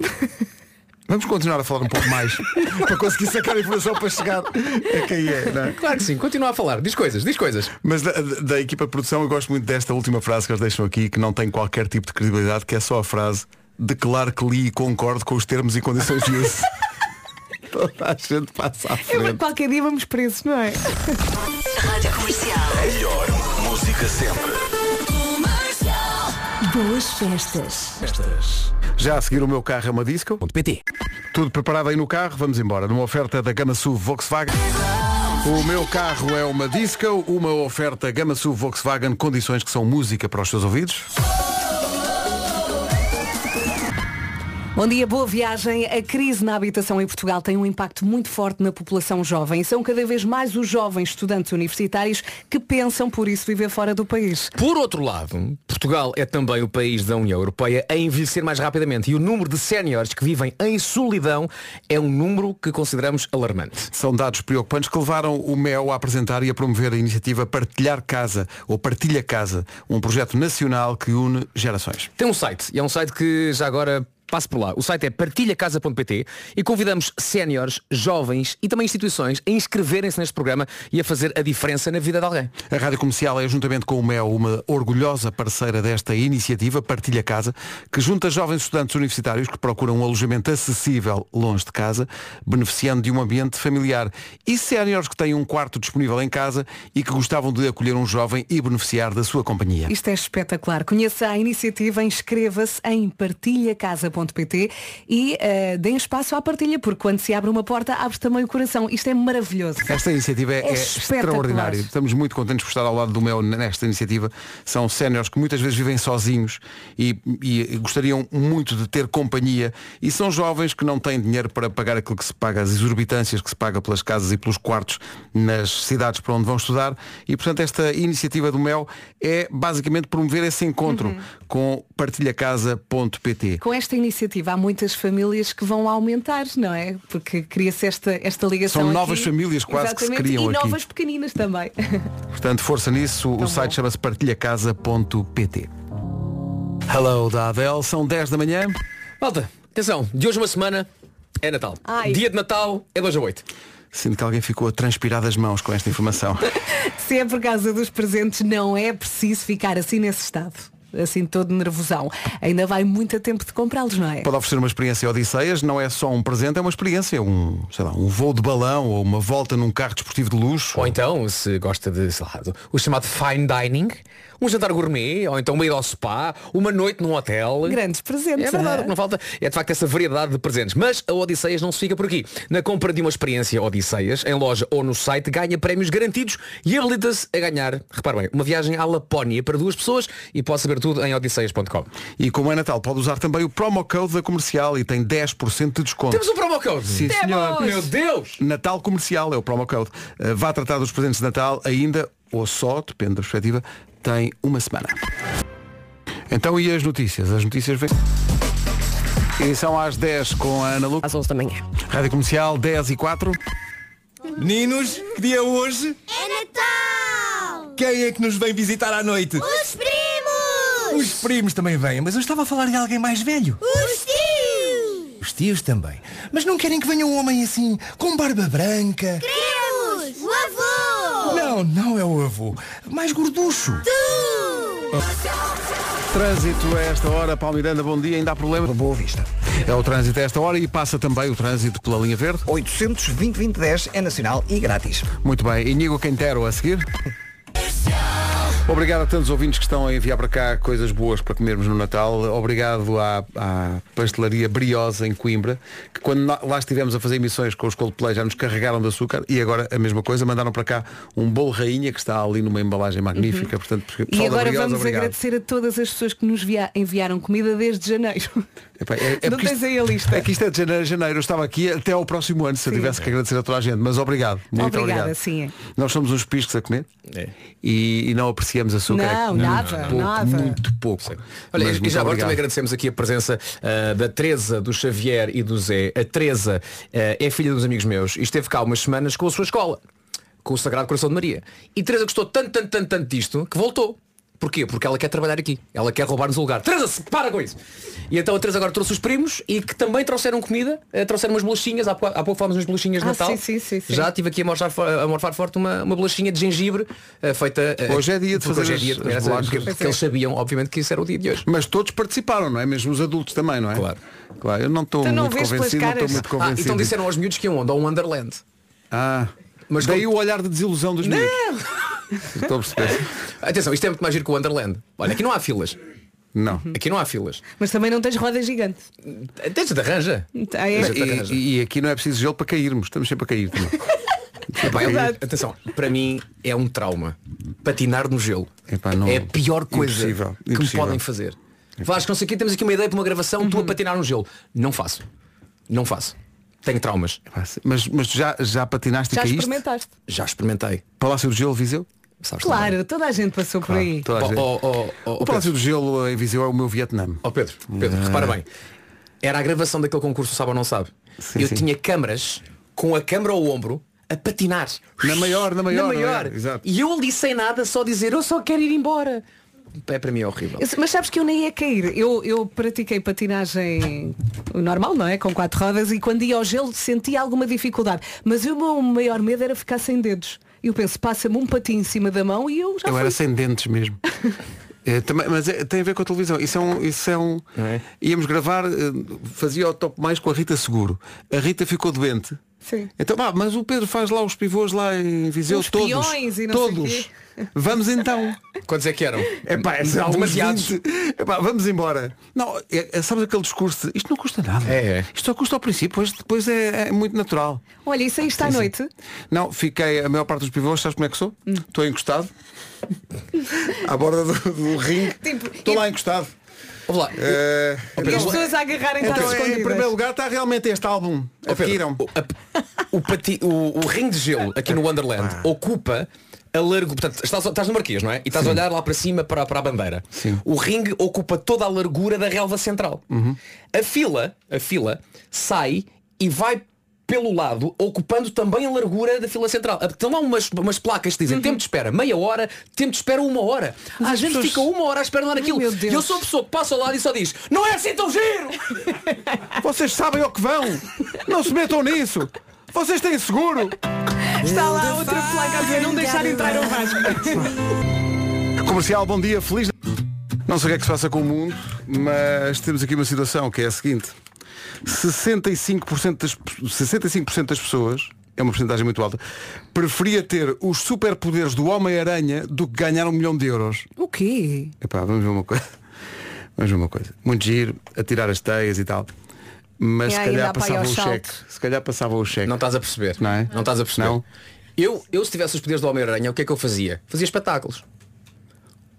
Speaker 2: Vamos continuar a falar um pouco mais para conseguir sacar a informação para chegar a quem é. Não é?
Speaker 5: Claro que sim, continua a falar, diz coisas, diz coisas.
Speaker 2: Mas da, da- da equipa de produção eu gosto muito desta última frase que eles deixam aqui, que não tem qualquer tipo de credibilidade, que é só a frase declaro que li e concordo com os termos e condições de uso. Toda a gente passa à
Speaker 4: Eu,
Speaker 2: frente.
Speaker 4: qualquer dia vamos presos, não é?
Speaker 8: Rádio Comercial. Melhor música sempre.
Speaker 14: Boas festas.
Speaker 8: Festas.
Speaker 2: Já a seguir o meu carro é uma disco.pt Tudo preparado aí no carro, vamos embora. Numa oferta da Gama SUV Volkswagen. O meu carro é uma disco, uma oferta Gama SUV Volkswagen, condições que são música para os seus ouvidos.
Speaker 4: Bom dia, boa viagem. A crise na habitação em Portugal tem um impacto muito forte na população jovem. São cada vez mais os jovens estudantes universitários que pensam por isso viver fora do país.
Speaker 5: Por outro lado, Portugal é também o país da União Europeia a envelhecer mais rapidamente e o número de séniores que vivem em solidão é um número que consideramos alarmante.
Speaker 2: São dados preocupantes que levaram o MEO a apresentar e a promover a iniciativa Partilhar Casa, ou Partilha Casa, um projeto nacional que une gerações.
Speaker 5: Tem um site, e é um site que já agora passo por lá. O site é partilhacasa.pt e convidamos séniores, jovens e também instituições a inscreverem-se neste programa e a fazer a diferença na vida de alguém.
Speaker 2: A Rádio Comercial é, juntamente com o MEO, uma orgulhosa parceira desta iniciativa Partilha Casa, que junta jovens estudantes universitários que procuram um alojamento acessível longe de casa, beneficiando de um ambiente familiar, e séniores que têm um quarto disponível em casa e que gostavam de acolher um jovem e beneficiar da sua companhia.
Speaker 4: Isto é espetacular. Conheça a iniciativa, inscreva-se em partilhacasa.pt e eh, deem espaço à partilha, porque quando se abre uma porta, abre também o coração. Isto é maravilhoso.
Speaker 2: Esta iniciativa é,
Speaker 4: É
Speaker 2: é
Speaker 4: espetacular.
Speaker 2: extraordinária. Estamos muito contentes por estar ao lado do Mel nesta iniciativa. São séniores que muitas vezes vivem sozinhos e, e gostariam muito de ter companhia. E são jovens que não têm dinheiro para pagar aquilo que se paga, as exorbitâncias que se paga pelas casas e pelos quartos nas cidades para onde vão estudar. E, portanto, esta iniciativa do Mel é basicamente promover esse encontro
Speaker 4: Uhum.
Speaker 2: com partilhacasa.pt.
Speaker 4: Com esta iniciativa há muitas famílias que vão aumentar, não é? Porque cria-se esta, esta ligação.
Speaker 2: São
Speaker 4: aqui.
Speaker 2: novas famílias quase que se
Speaker 4: Exatamente,
Speaker 2: criam
Speaker 4: E
Speaker 2: aqui.
Speaker 4: novas pequeninas também.
Speaker 2: Portanto, força nisso. o site chama-se partilhacasa.pt. Hello da Adele, são 10 da manhã.
Speaker 5: Malta, atenção, de hoje a uma semana é Natal.
Speaker 4: Ai.
Speaker 5: Dia de Natal é 2 a 8.
Speaker 2: Sinto que alguém ficou a transpirar das mãos com esta informação.
Speaker 4: Se é por causa dos presentes, não é preciso ficar assim nesse estado. Assim todo nervosão. Ainda vai muito a tempo de comprá-los, não é?
Speaker 2: Pode oferecer uma experiência Odisseias, não é só um presente, é uma experiência, um, sei lá, um voo de balão ou uma volta num carro desportivo de luxo.
Speaker 5: Ou então, se gosta de, sei lá, do- o chamado fine dining, um jantar gourmet, ou então uma ida ao spa, uma noite num hotel.
Speaker 4: Grandes presentes,
Speaker 5: É verdade,
Speaker 4: ah.
Speaker 5: o que não falta é de facto essa variedade de presentes. Mas a Odisseias não se fica por aqui. Na compra de uma experiência Odisseias, em loja ou no site, ganha prémios garantidos e habilita-se a ganhar, repare bem, uma viagem à Lapónia para duas pessoas e pode saber tudo em odisseias.com.
Speaker 2: E como é Natal, pode usar também o promo code da comercial e tem 10% de desconto.
Speaker 5: Temos um promo code.
Speaker 2: Sim,
Speaker 5: Temos!
Speaker 2: senhor.
Speaker 5: Meu Deus!
Speaker 2: Natal comercial é o promo code. Uh, Vá tratar dos presentes de Natal ainda, ou só, depende da perspectiva, tem uma semana. Então e as notícias? As notícias vêm. E são às 10 com a Ana Lucas.
Speaker 15: Às 11 da manhã.
Speaker 2: Rádio Comercial, 10 e 4.
Speaker 8: Meninos, que dia é hoje?
Speaker 7: É Natal!
Speaker 8: Quem é que nos vem visitar à noite?
Speaker 7: Os primos!
Speaker 8: Os primos também vêm, mas eu estava a falar de alguém mais velho.
Speaker 7: Os tios!
Speaker 8: Os tios também. Mas não querem que venha um homem assim, com barba branca.
Speaker 7: Queremos! O avô!
Speaker 8: Não, não é o avô. Mais gorducho.
Speaker 2: Trânsito a esta hora, Paulo Miranda, bom dia, ainda há problema?
Speaker 3: Boa vista.
Speaker 2: É o trânsito a esta hora e passa também o trânsito pela linha verde.
Speaker 3: 820-2010 é nacional e grátis.
Speaker 2: Muito bem, Inigo Quintero a seguir. Obrigado a tantos ouvintes que estão a enviar para cá coisas boas para comermos no Natal. Obrigado à, à pastelaria Briosa em Coimbra, que quando nó- lá estivemos a fazer emissões com os Coldplay já nos carregaram de açúcar e agora a mesma coisa, mandaram para cá um bolo rainha que está ali numa embalagem magnífica.
Speaker 4: Uhum.
Speaker 2: Portanto, pessoal
Speaker 4: E
Speaker 2: da
Speaker 4: agora
Speaker 2: Briosa,
Speaker 4: vamos
Speaker 2: obrigado.
Speaker 4: agradecer a todas as pessoas que nos via- enviaram comida desde janeiro.
Speaker 2: Epá, é, é
Speaker 4: Não
Speaker 2: porque
Speaker 4: tens aí a lista.
Speaker 2: É que isto é de janeiro, a janeiro. Eu estava aqui até ao próximo ano, se eu tivesse que agradecer a toda a gente. Mas obrigado. Muito
Speaker 4: Obrigada,
Speaker 2: obrigado.
Speaker 4: sim.
Speaker 2: Nós somos uns piscos a comer
Speaker 5: É.
Speaker 2: e, e não apreciamos açúcar.
Speaker 4: Não, nada,
Speaker 2: pouco,
Speaker 4: nada.
Speaker 2: Muito pouco.
Speaker 5: Olha,
Speaker 2: Mas
Speaker 5: e- e
Speaker 2: muito
Speaker 5: já agora
Speaker 2: obrigado.
Speaker 5: também agradecemos aqui a presença ah, da Teresa, do Xavier e do Zé. A Teresa ah, é filha dos amigos meus e esteve cá umas semanas com a sua escola, com o Sagrado Coração de Maria. E Teresa gostou tanto, tanto, tanto, tanto disto que voltou. Porquê? Porque ela quer trabalhar aqui. Ela quer roubar-nos o lugar. Teresa, se- para com isso! E então a Teresa agora trouxe os primos e que também trouxeram comida, eh, trouxeram umas bolachinhas. Há pouco, há pouco falámos umas bolachinhas de
Speaker 4: Ah,
Speaker 5: Natal.
Speaker 4: sim, sim, sim, sim.
Speaker 5: Já estive aqui a morfar, fo- a morfar forte uma, uma bolachinha de gengibre eh, feita... eh,
Speaker 2: Hoje é dia de
Speaker 5: porque
Speaker 2: fazer
Speaker 5: hoje é
Speaker 2: as-
Speaker 5: dia de comer
Speaker 2: as
Speaker 5: essas-
Speaker 2: bolachas.
Speaker 5: porque- porque
Speaker 2: Pois é.
Speaker 5: eles sabiam, obviamente, que isso era o dia de hoje.
Speaker 2: Mas todos participaram, não é? Mesmo os adultos também, não é? Claro. Claro, eu não estou
Speaker 5: Tu
Speaker 2: muito convencido, não estou muito
Speaker 5: Ah,
Speaker 2: convencido.
Speaker 5: então disseram aos miúdos que iam onde? Ao Wonderland.
Speaker 2: Ah,
Speaker 5: Mas
Speaker 2: daí o olhar de desilusão dos miúdos. Estou a perceber.
Speaker 5: Atenção, isto é muito mais giro que o Wonderland. Olha, aqui não há filas.
Speaker 2: Não.
Speaker 4: Uhum.
Speaker 5: Aqui não há filas.
Speaker 4: Mas também não tens roda gigante.
Speaker 5: Tens de arranja.
Speaker 4: Ah, é?
Speaker 5: Tens de arranja.
Speaker 2: E, e- e aqui não é preciso gelo para cairmos. Estamos sempre a cair. também. É
Speaker 5: Epá, eu- atenção, para mim é um trauma. Patinar no gelo.
Speaker 2: Epá, não-
Speaker 5: É a pior coisa
Speaker 2: Impossível,
Speaker 5: que
Speaker 2: impossível. Uhum.
Speaker 5: me podem fazer. Vasco, não sei o quê, temos aqui uma ideia para uma gravação, tu a patinar no gelo. Não faço. Não faço. Tenho traumas.
Speaker 2: Mas, mas tu já, já patinaste
Speaker 4: Já
Speaker 2: e caíste?
Speaker 4: experimentaste.
Speaker 5: Já experimentei.
Speaker 2: Palácio do Gelo, Viseu? Ah,
Speaker 5: Sabes
Speaker 4: Claro, toda a gente passou por aí.
Speaker 2: Toda a gente. o Palácio do Gelo em Viseu é o meu Vietnã.
Speaker 5: Ó Pedro, Pedro,
Speaker 2: Ah.
Speaker 5: repara bem. Era a gravação daquele concurso Sabe ou Não Sabe. eu
Speaker 2: sim.
Speaker 5: tinha câmaras com a câmara ao ombro a patinar.
Speaker 2: Na maior, na maior, na maior, exato.
Speaker 5: E eu ali sem nada, só dizer eu só quero ir embora. É para mim é horrível.
Speaker 4: Eu- Mas sabes que eu nem ia cair. Eu, eu pratiquei patinagem normal, não é? Com quatro rodas e quando ia ao gelo sentia alguma dificuldade. Mas o meu maior medo era ficar sem dedos. Eu penso, passa-me um patinho em cima da mão e eu já
Speaker 2: eu
Speaker 4: fui.
Speaker 2: era sem dentes mesmo. É, também- mas é- tem a ver com a televisão. Isso é um. Isso é um Íamos gravar, eh, fazia o top mais com a Rita Seguro. A Rita ficou doente.
Speaker 4: Sim.
Speaker 2: Então, vá, mas o Pedro faz lá os pivôs lá em Viseu
Speaker 4: Os
Speaker 2: todos.
Speaker 4: peões e não sei
Speaker 2: todos.
Speaker 4: quê.
Speaker 2: Vamos então.
Speaker 5: Quantos é que eram?
Speaker 2: Epá, é só uns
Speaker 5: Demasiados.
Speaker 2: 20. Epá, vamos embora. Não, é, é, sabes aquele discurso de, isto não custa nada. Isto só custa ao princípio, pois depois é, é muito natural.
Speaker 4: Olha, isso aí está à noite.
Speaker 2: Não, fiquei a maior parte dos pivôs, sabes como é que sou? Estou encostado. à borda do, do ringue. Estou lá encostado.
Speaker 5: Vamos lá.
Speaker 2: Eh,
Speaker 4: E as pessoas a agarrarem
Speaker 2: então,
Speaker 4: então,
Speaker 2: em primeiro lugar está realmente este álbum.
Speaker 5: Ó, Pedro,
Speaker 2: Adquiram.
Speaker 5: o, pati- o- o ringue de gelo aqui no Wonderland ocupa a largura, portanto, estás, estás no Marquês, não é? E estás a olhar lá para cima para, para a bandeira. O ringue ocupa toda a largura da relva central. A fila, a fila sai e vai pelo lado, ocupando também a largura da fila central. Estão lá umas, umas placas que dizem
Speaker 16: Uhum.
Speaker 5: tempo de espera meia hora, tempo de espera uma hora. a gente
Speaker 16: pessoas-
Speaker 5: fica uma hora a esperar naquilo.
Speaker 16: meu
Speaker 5: E
Speaker 16: Deus.
Speaker 5: eu sou a pessoa que passa ao lado e só diz, não é assim tão giro!
Speaker 2: Vocês sabem ao que vão. Não se metam nisso. Vocês têm seguro.
Speaker 4: Está lá outra placa a dizer não deixar entrar o Vasco.
Speaker 2: Comercial, bom dia, feliz. Não sei o que é que se passa com o mundo, mas temos aqui uma situação que é a seguinte. 65% das, 65% das pessoas, é uma porcentagem muito alta, preferia ter os superpoderes do Homem-Aranha do que ganhar um milhão de euros.
Speaker 4: O quê?
Speaker 2: Epá, vamos ver uma coisa. Vamos ver uma coisa. Muito giro, atirar as teias e tal. Mas
Speaker 5: E
Speaker 2: se
Speaker 5: ainda
Speaker 2: calhar
Speaker 5: apanha
Speaker 2: passava
Speaker 5: o
Speaker 2: o
Speaker 5: salto.
Speaker 2: cheque. Se calhar passava o cheque.
Speaker 5: Não estás a perceber.
Speaker 2: Não é?
Speaker 5: Não estás a perceber. Eu, eu se tivesse os poderes do Homem-Aranha, o que é que eu fazia? Fazia espetáculos.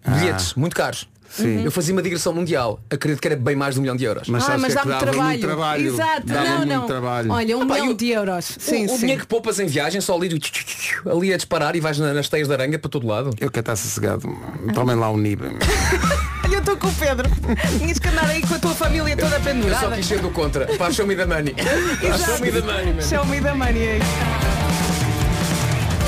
Speaker 5: Bilhetes muito caros.
Speaker 2: Ah. Sim.
Speaker 5: Eu fazia uma digressão mundial. Acredito que era bem mais de um milhão de euros.
Speaker 4: Mas Ah, sabes mas o que é que dá-me dava? Muito trabalho. trabalho. Exato. Dava Não, muito não. trabalho. Olha, um milhão
Speaker 5: e o-
Speaker 4: de euros.
Speaker 5: O,
Speaker 4: Sim,
Speaker 5: o
Speaker 4: sim.
Speaker 5: dinheiro que poupas em viagem, só ali, ali a disparar e vais na- nas teias de aranha para todo lado.
Speaker 2: Eu quero estar sossegado. Tomem lá um nível.
Speaker 4: Olha, eu estou com o Pedro. Tinhas que andar aí com a tua família toda
Speaker 5: Eu só
Speaker 4: pendurada.
Speaker 5: quis ser do contra. Pá, show me the money. Pá,
Speaker 4: Exato.
Speaker 5: show me the money, man.
Speaker 4: Show me the money, é isso.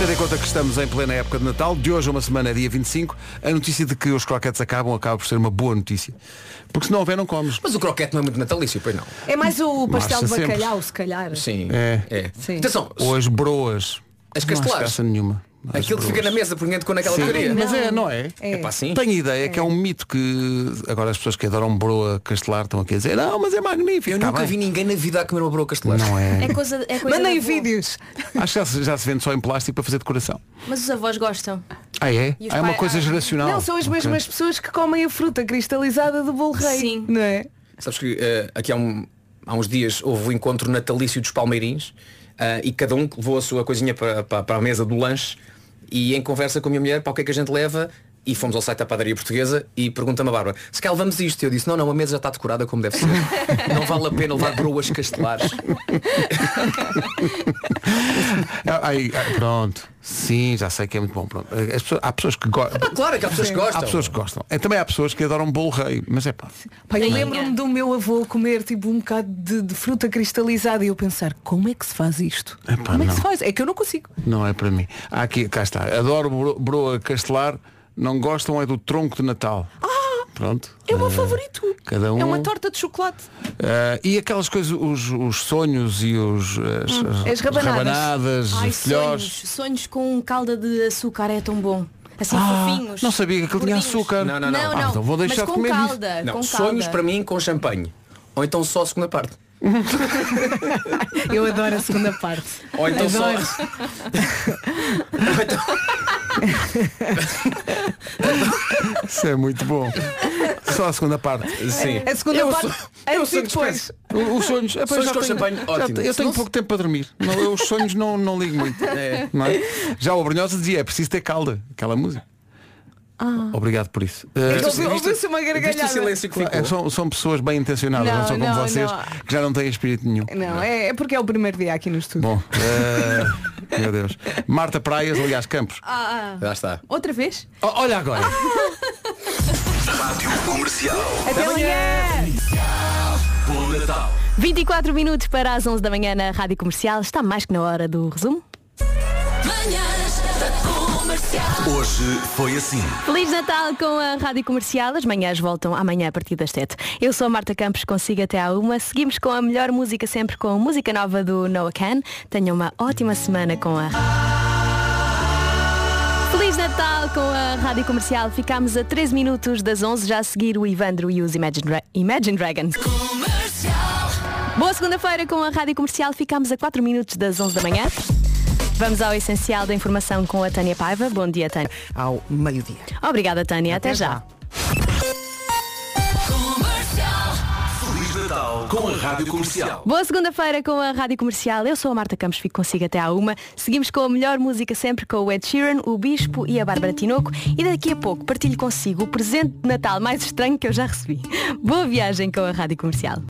Speaker 2: Tendo em conta que estamos em plena época de Natal, de hoje a uma semana, é dia 25, a notícia de que os croquetes acabam acaba por ser uma boa notícia. Porque se não houver, não comes.
Speaker 5: Mas o croquete não é muito natalício, pois não.
Speaker 4: É mais o pastel de
Speaker 2: Marcha sempre.
Speaker 4: bacalhau, se calhar.
Speaker 5: Sim.
Speaker 2: É.
Speaker 5: É.
Speaker 4: Sim.
Speaker 5: Atenção.
Speaker 2: Ou as broas.
Speaker 5: As
Speaker 2: Não há
Speaker 5: castelares.
Speaker 2: graça nenhuma. As
Speaker 5: Aquilo que fica
Speaker 2: broas.
Speaker 5: na mesa por dentro quando aquela
Speaker 2: Sim.
Speaker 5: porcaria.
Speaker 2: Mas é, não é?
Speaker 5: É pá, sim.
Speaker 2: Tenho ideia que é um mito que agora as pessoas que adoram broa castelar estão aqui a dizer não, mas é magnífico.
Speaker 5: Eu
Speaker 2: Tá
Speaker 5: nunca
Speaker 2: bem.
Speaker 5: vi ninguém na vida a comer uma broa castelar.
Speaker 2: Não é.
Speaker 13: É coisa, é coisa
Speaker 4: Mandem
Speaker 13: da avó.
Speaker 4: vídeos.
Speaker 2: Acho que já se, já se vende só em plástico para fazer decoração.
Speaker 13: Mas os avós gostam.
Speaker 2: Ah, é?
Speaker 4: E os
Speaker 2: Ah, é uma
Speaker 4: pais-
Speaker 2: coisa
Speaker 4: ah,
Speaker 2: geracional.
Speaker 4: Não, são as
Speaker 2: Ok.
Speaker 4: mesmas pessoas que comem a fruta cristalizada do bolo rei. Sim. Não é?
Speaker 5: Sabes que eh, aqui há, um- há uns dias houve o encontro natalício dos Palmeirins eh, e cada um levou a sua coisinha para, para, para a mesa do lanche e em conversa com a minha mulher para o que é que a gente leva e fomos ao site da padaria portuguesa e pergunta-me a Bárbara, se calhar levamos isto? E eu disse, não, não, a mesa já está decorada como deve ser. não vale a pena levar broas castelares.
Speaker 2: Ah, aí, ah, pronto. Sim, já sei que é muito bom. Pronto. As pessoas- há pessoas que gostam.
Speaker 5: claro é que há pessoas que gostam.
Speaker 2: Há pessoas que gostam. É, também há pessoas que adoram bolo rei, mas é pá.
Speaker 4: Pá, eu
Speaker 2: Sim.
Speaker 4: lembro-me do meu avô comer tipo um bocado de, de fruta cristalizada e eu pensar, como é que se faz isto?
Speaker 2: Epá,
Speaker 4: como é
Speaker 2: não.
Speaker 4: que se faz? É que eu não consigo.
Speaker 2: Não é para mim. Há aqui, cá está. Adoro bro- broa castelar, não gostam é do tronco de Natal. Pronto.
Speaker 4: Ah, É o meu
Speaker 2: Eh,
Speaker 4: favorito.
Speaker 2: Cada um.
Speaker 4: É uma torta de chocolate.
Speaker 2: Eh, e aquelas coisas, os, os sonhos e os, as,
Speaker 13: Hum,
Speaker 2: as rabanadas,
Speaker 13: Ai,
Speaker 2: os filhós.
Speaker 13: sonhos, sonhos com um calda de açúcar é tão bom. Assim
Speaker 2: Ah,
Speaker 13: fofinhos.
Speaker 2: Não sabia que aquilo tinha açúcar.
Speaker 5: Não, não, não.
Speaker 13: Não, não.
Speaker 2: Ah, então vou
Speaker 13: Mas
Speaker 2: deixar
Speaker 13: com
Speaker 2: de comer isso.
Speaker 13: calda,
Speaker 5: Não,
Speaker 13: com
Speaker 5: sonhos
Speaker 13: calda.
Speaker 5: para mim com champanhe. Ou então só a segunda parte.
Speaker 4: Eu adoro a segunda parte.
Speaker 5: Ou então só-
Speaker 4: adoro.
Speaker 2: Isso é muito bom. Só a segunda parte.
Speaker 5: Sim.
Speaker 4: A segunda parte. Eu sou depois.
Speaker 2: O- Os sonhos. é,
Speaker 5: Sonhos
Speaker 2: pois,
Speaker 5: com
Speaker 2: já tenho-
Speaker 5: champanhe,
Speaker 2: já
Speaker 5: ótimo.
Speaker 2: tenho- Eu tenho
Speaker 5: Não se-
Speaker 2: pouco tempo para dormir. Não, eu, os sonhos não, não ligo muito.
Speaker 5: É.
Speaker 2: Não é? Já o Brunhosa dizia, é preciso ter calda, aquela música.
Speaker 4: Ah.
Speaker 2: Obrigado por isso.
Speaker 4: É que
Speaker 2: Eh,
Speaker 4: ouvi- ouviu-se uma gargalhada.
Speaker 2: É, são, são pessoas bem intencionadas, não,
Speaker 4: Não,
Speaker 2: são como
Speaker 4: não,
Speaker 2: vocês,
Speaker 4: não.
Speaker 2: que já não têm espírito nenhum.
Speaker 4: Não, é, é porque é o primeiro dia aqui no estúdio.
Speaker 2: Bom, eh, meu Deus. Marta Praias, aliás, Campos.
Speaker 13: Ah, ah.
Speaker 2: Já está.
Speaker 13: Outra vez?
Speaker 2: Olha agora.
Speaker 13: Até amanhã!
Speaker 7: Bom Natal.
Speaker 13: 24 minutos para as 11 da manhã na Rádio Comercial. Está mais que na hora do resumo.
Speaker 8: Manhãs da comercial.
Speaker 7: Hoje foi assim.
Speaker 13: Feliz Natal com a Rádio Comercial. As manhãs voltam amanhã a partir das 7. Eu sou a Marta Campos, consigo até à uma. Seguimos com a melhor música sempre com a música nova do Noah Can. Tenham uma ótima semana com a Feliz Natal com a Rádio Comercial. Ficámos a 13 minutos das 11, já a seguir o Ivandro e os Imagine, Dra- Imagine Dragons. Boa segunda-feira com a Rádio Comercial. Ficámos a 4 minutos das 11 da manhã. Vamos ao essencial da informação com a Tânia Paiva. Bom dia, Tânia.
Speaker 17: Ao meio-dia.
Speaker 13: Obrigada, Tânia. Até, já.
Speaker 7: Feliz Natal com a Rádio Comercial.
Speaker 13: Boa segunda-feira com a Rádio Comercial. Eu sou a Marta Campos, fico consigo até à uma. Seguimos com a melhor música sempre com o Ed Sheeran, o Bispo e a Bárbara Tinoco. E daqui a pouco partilho consigo o presente de Natal mais estranho que eu já recebi. Boa viagem com a Rádio Comercial.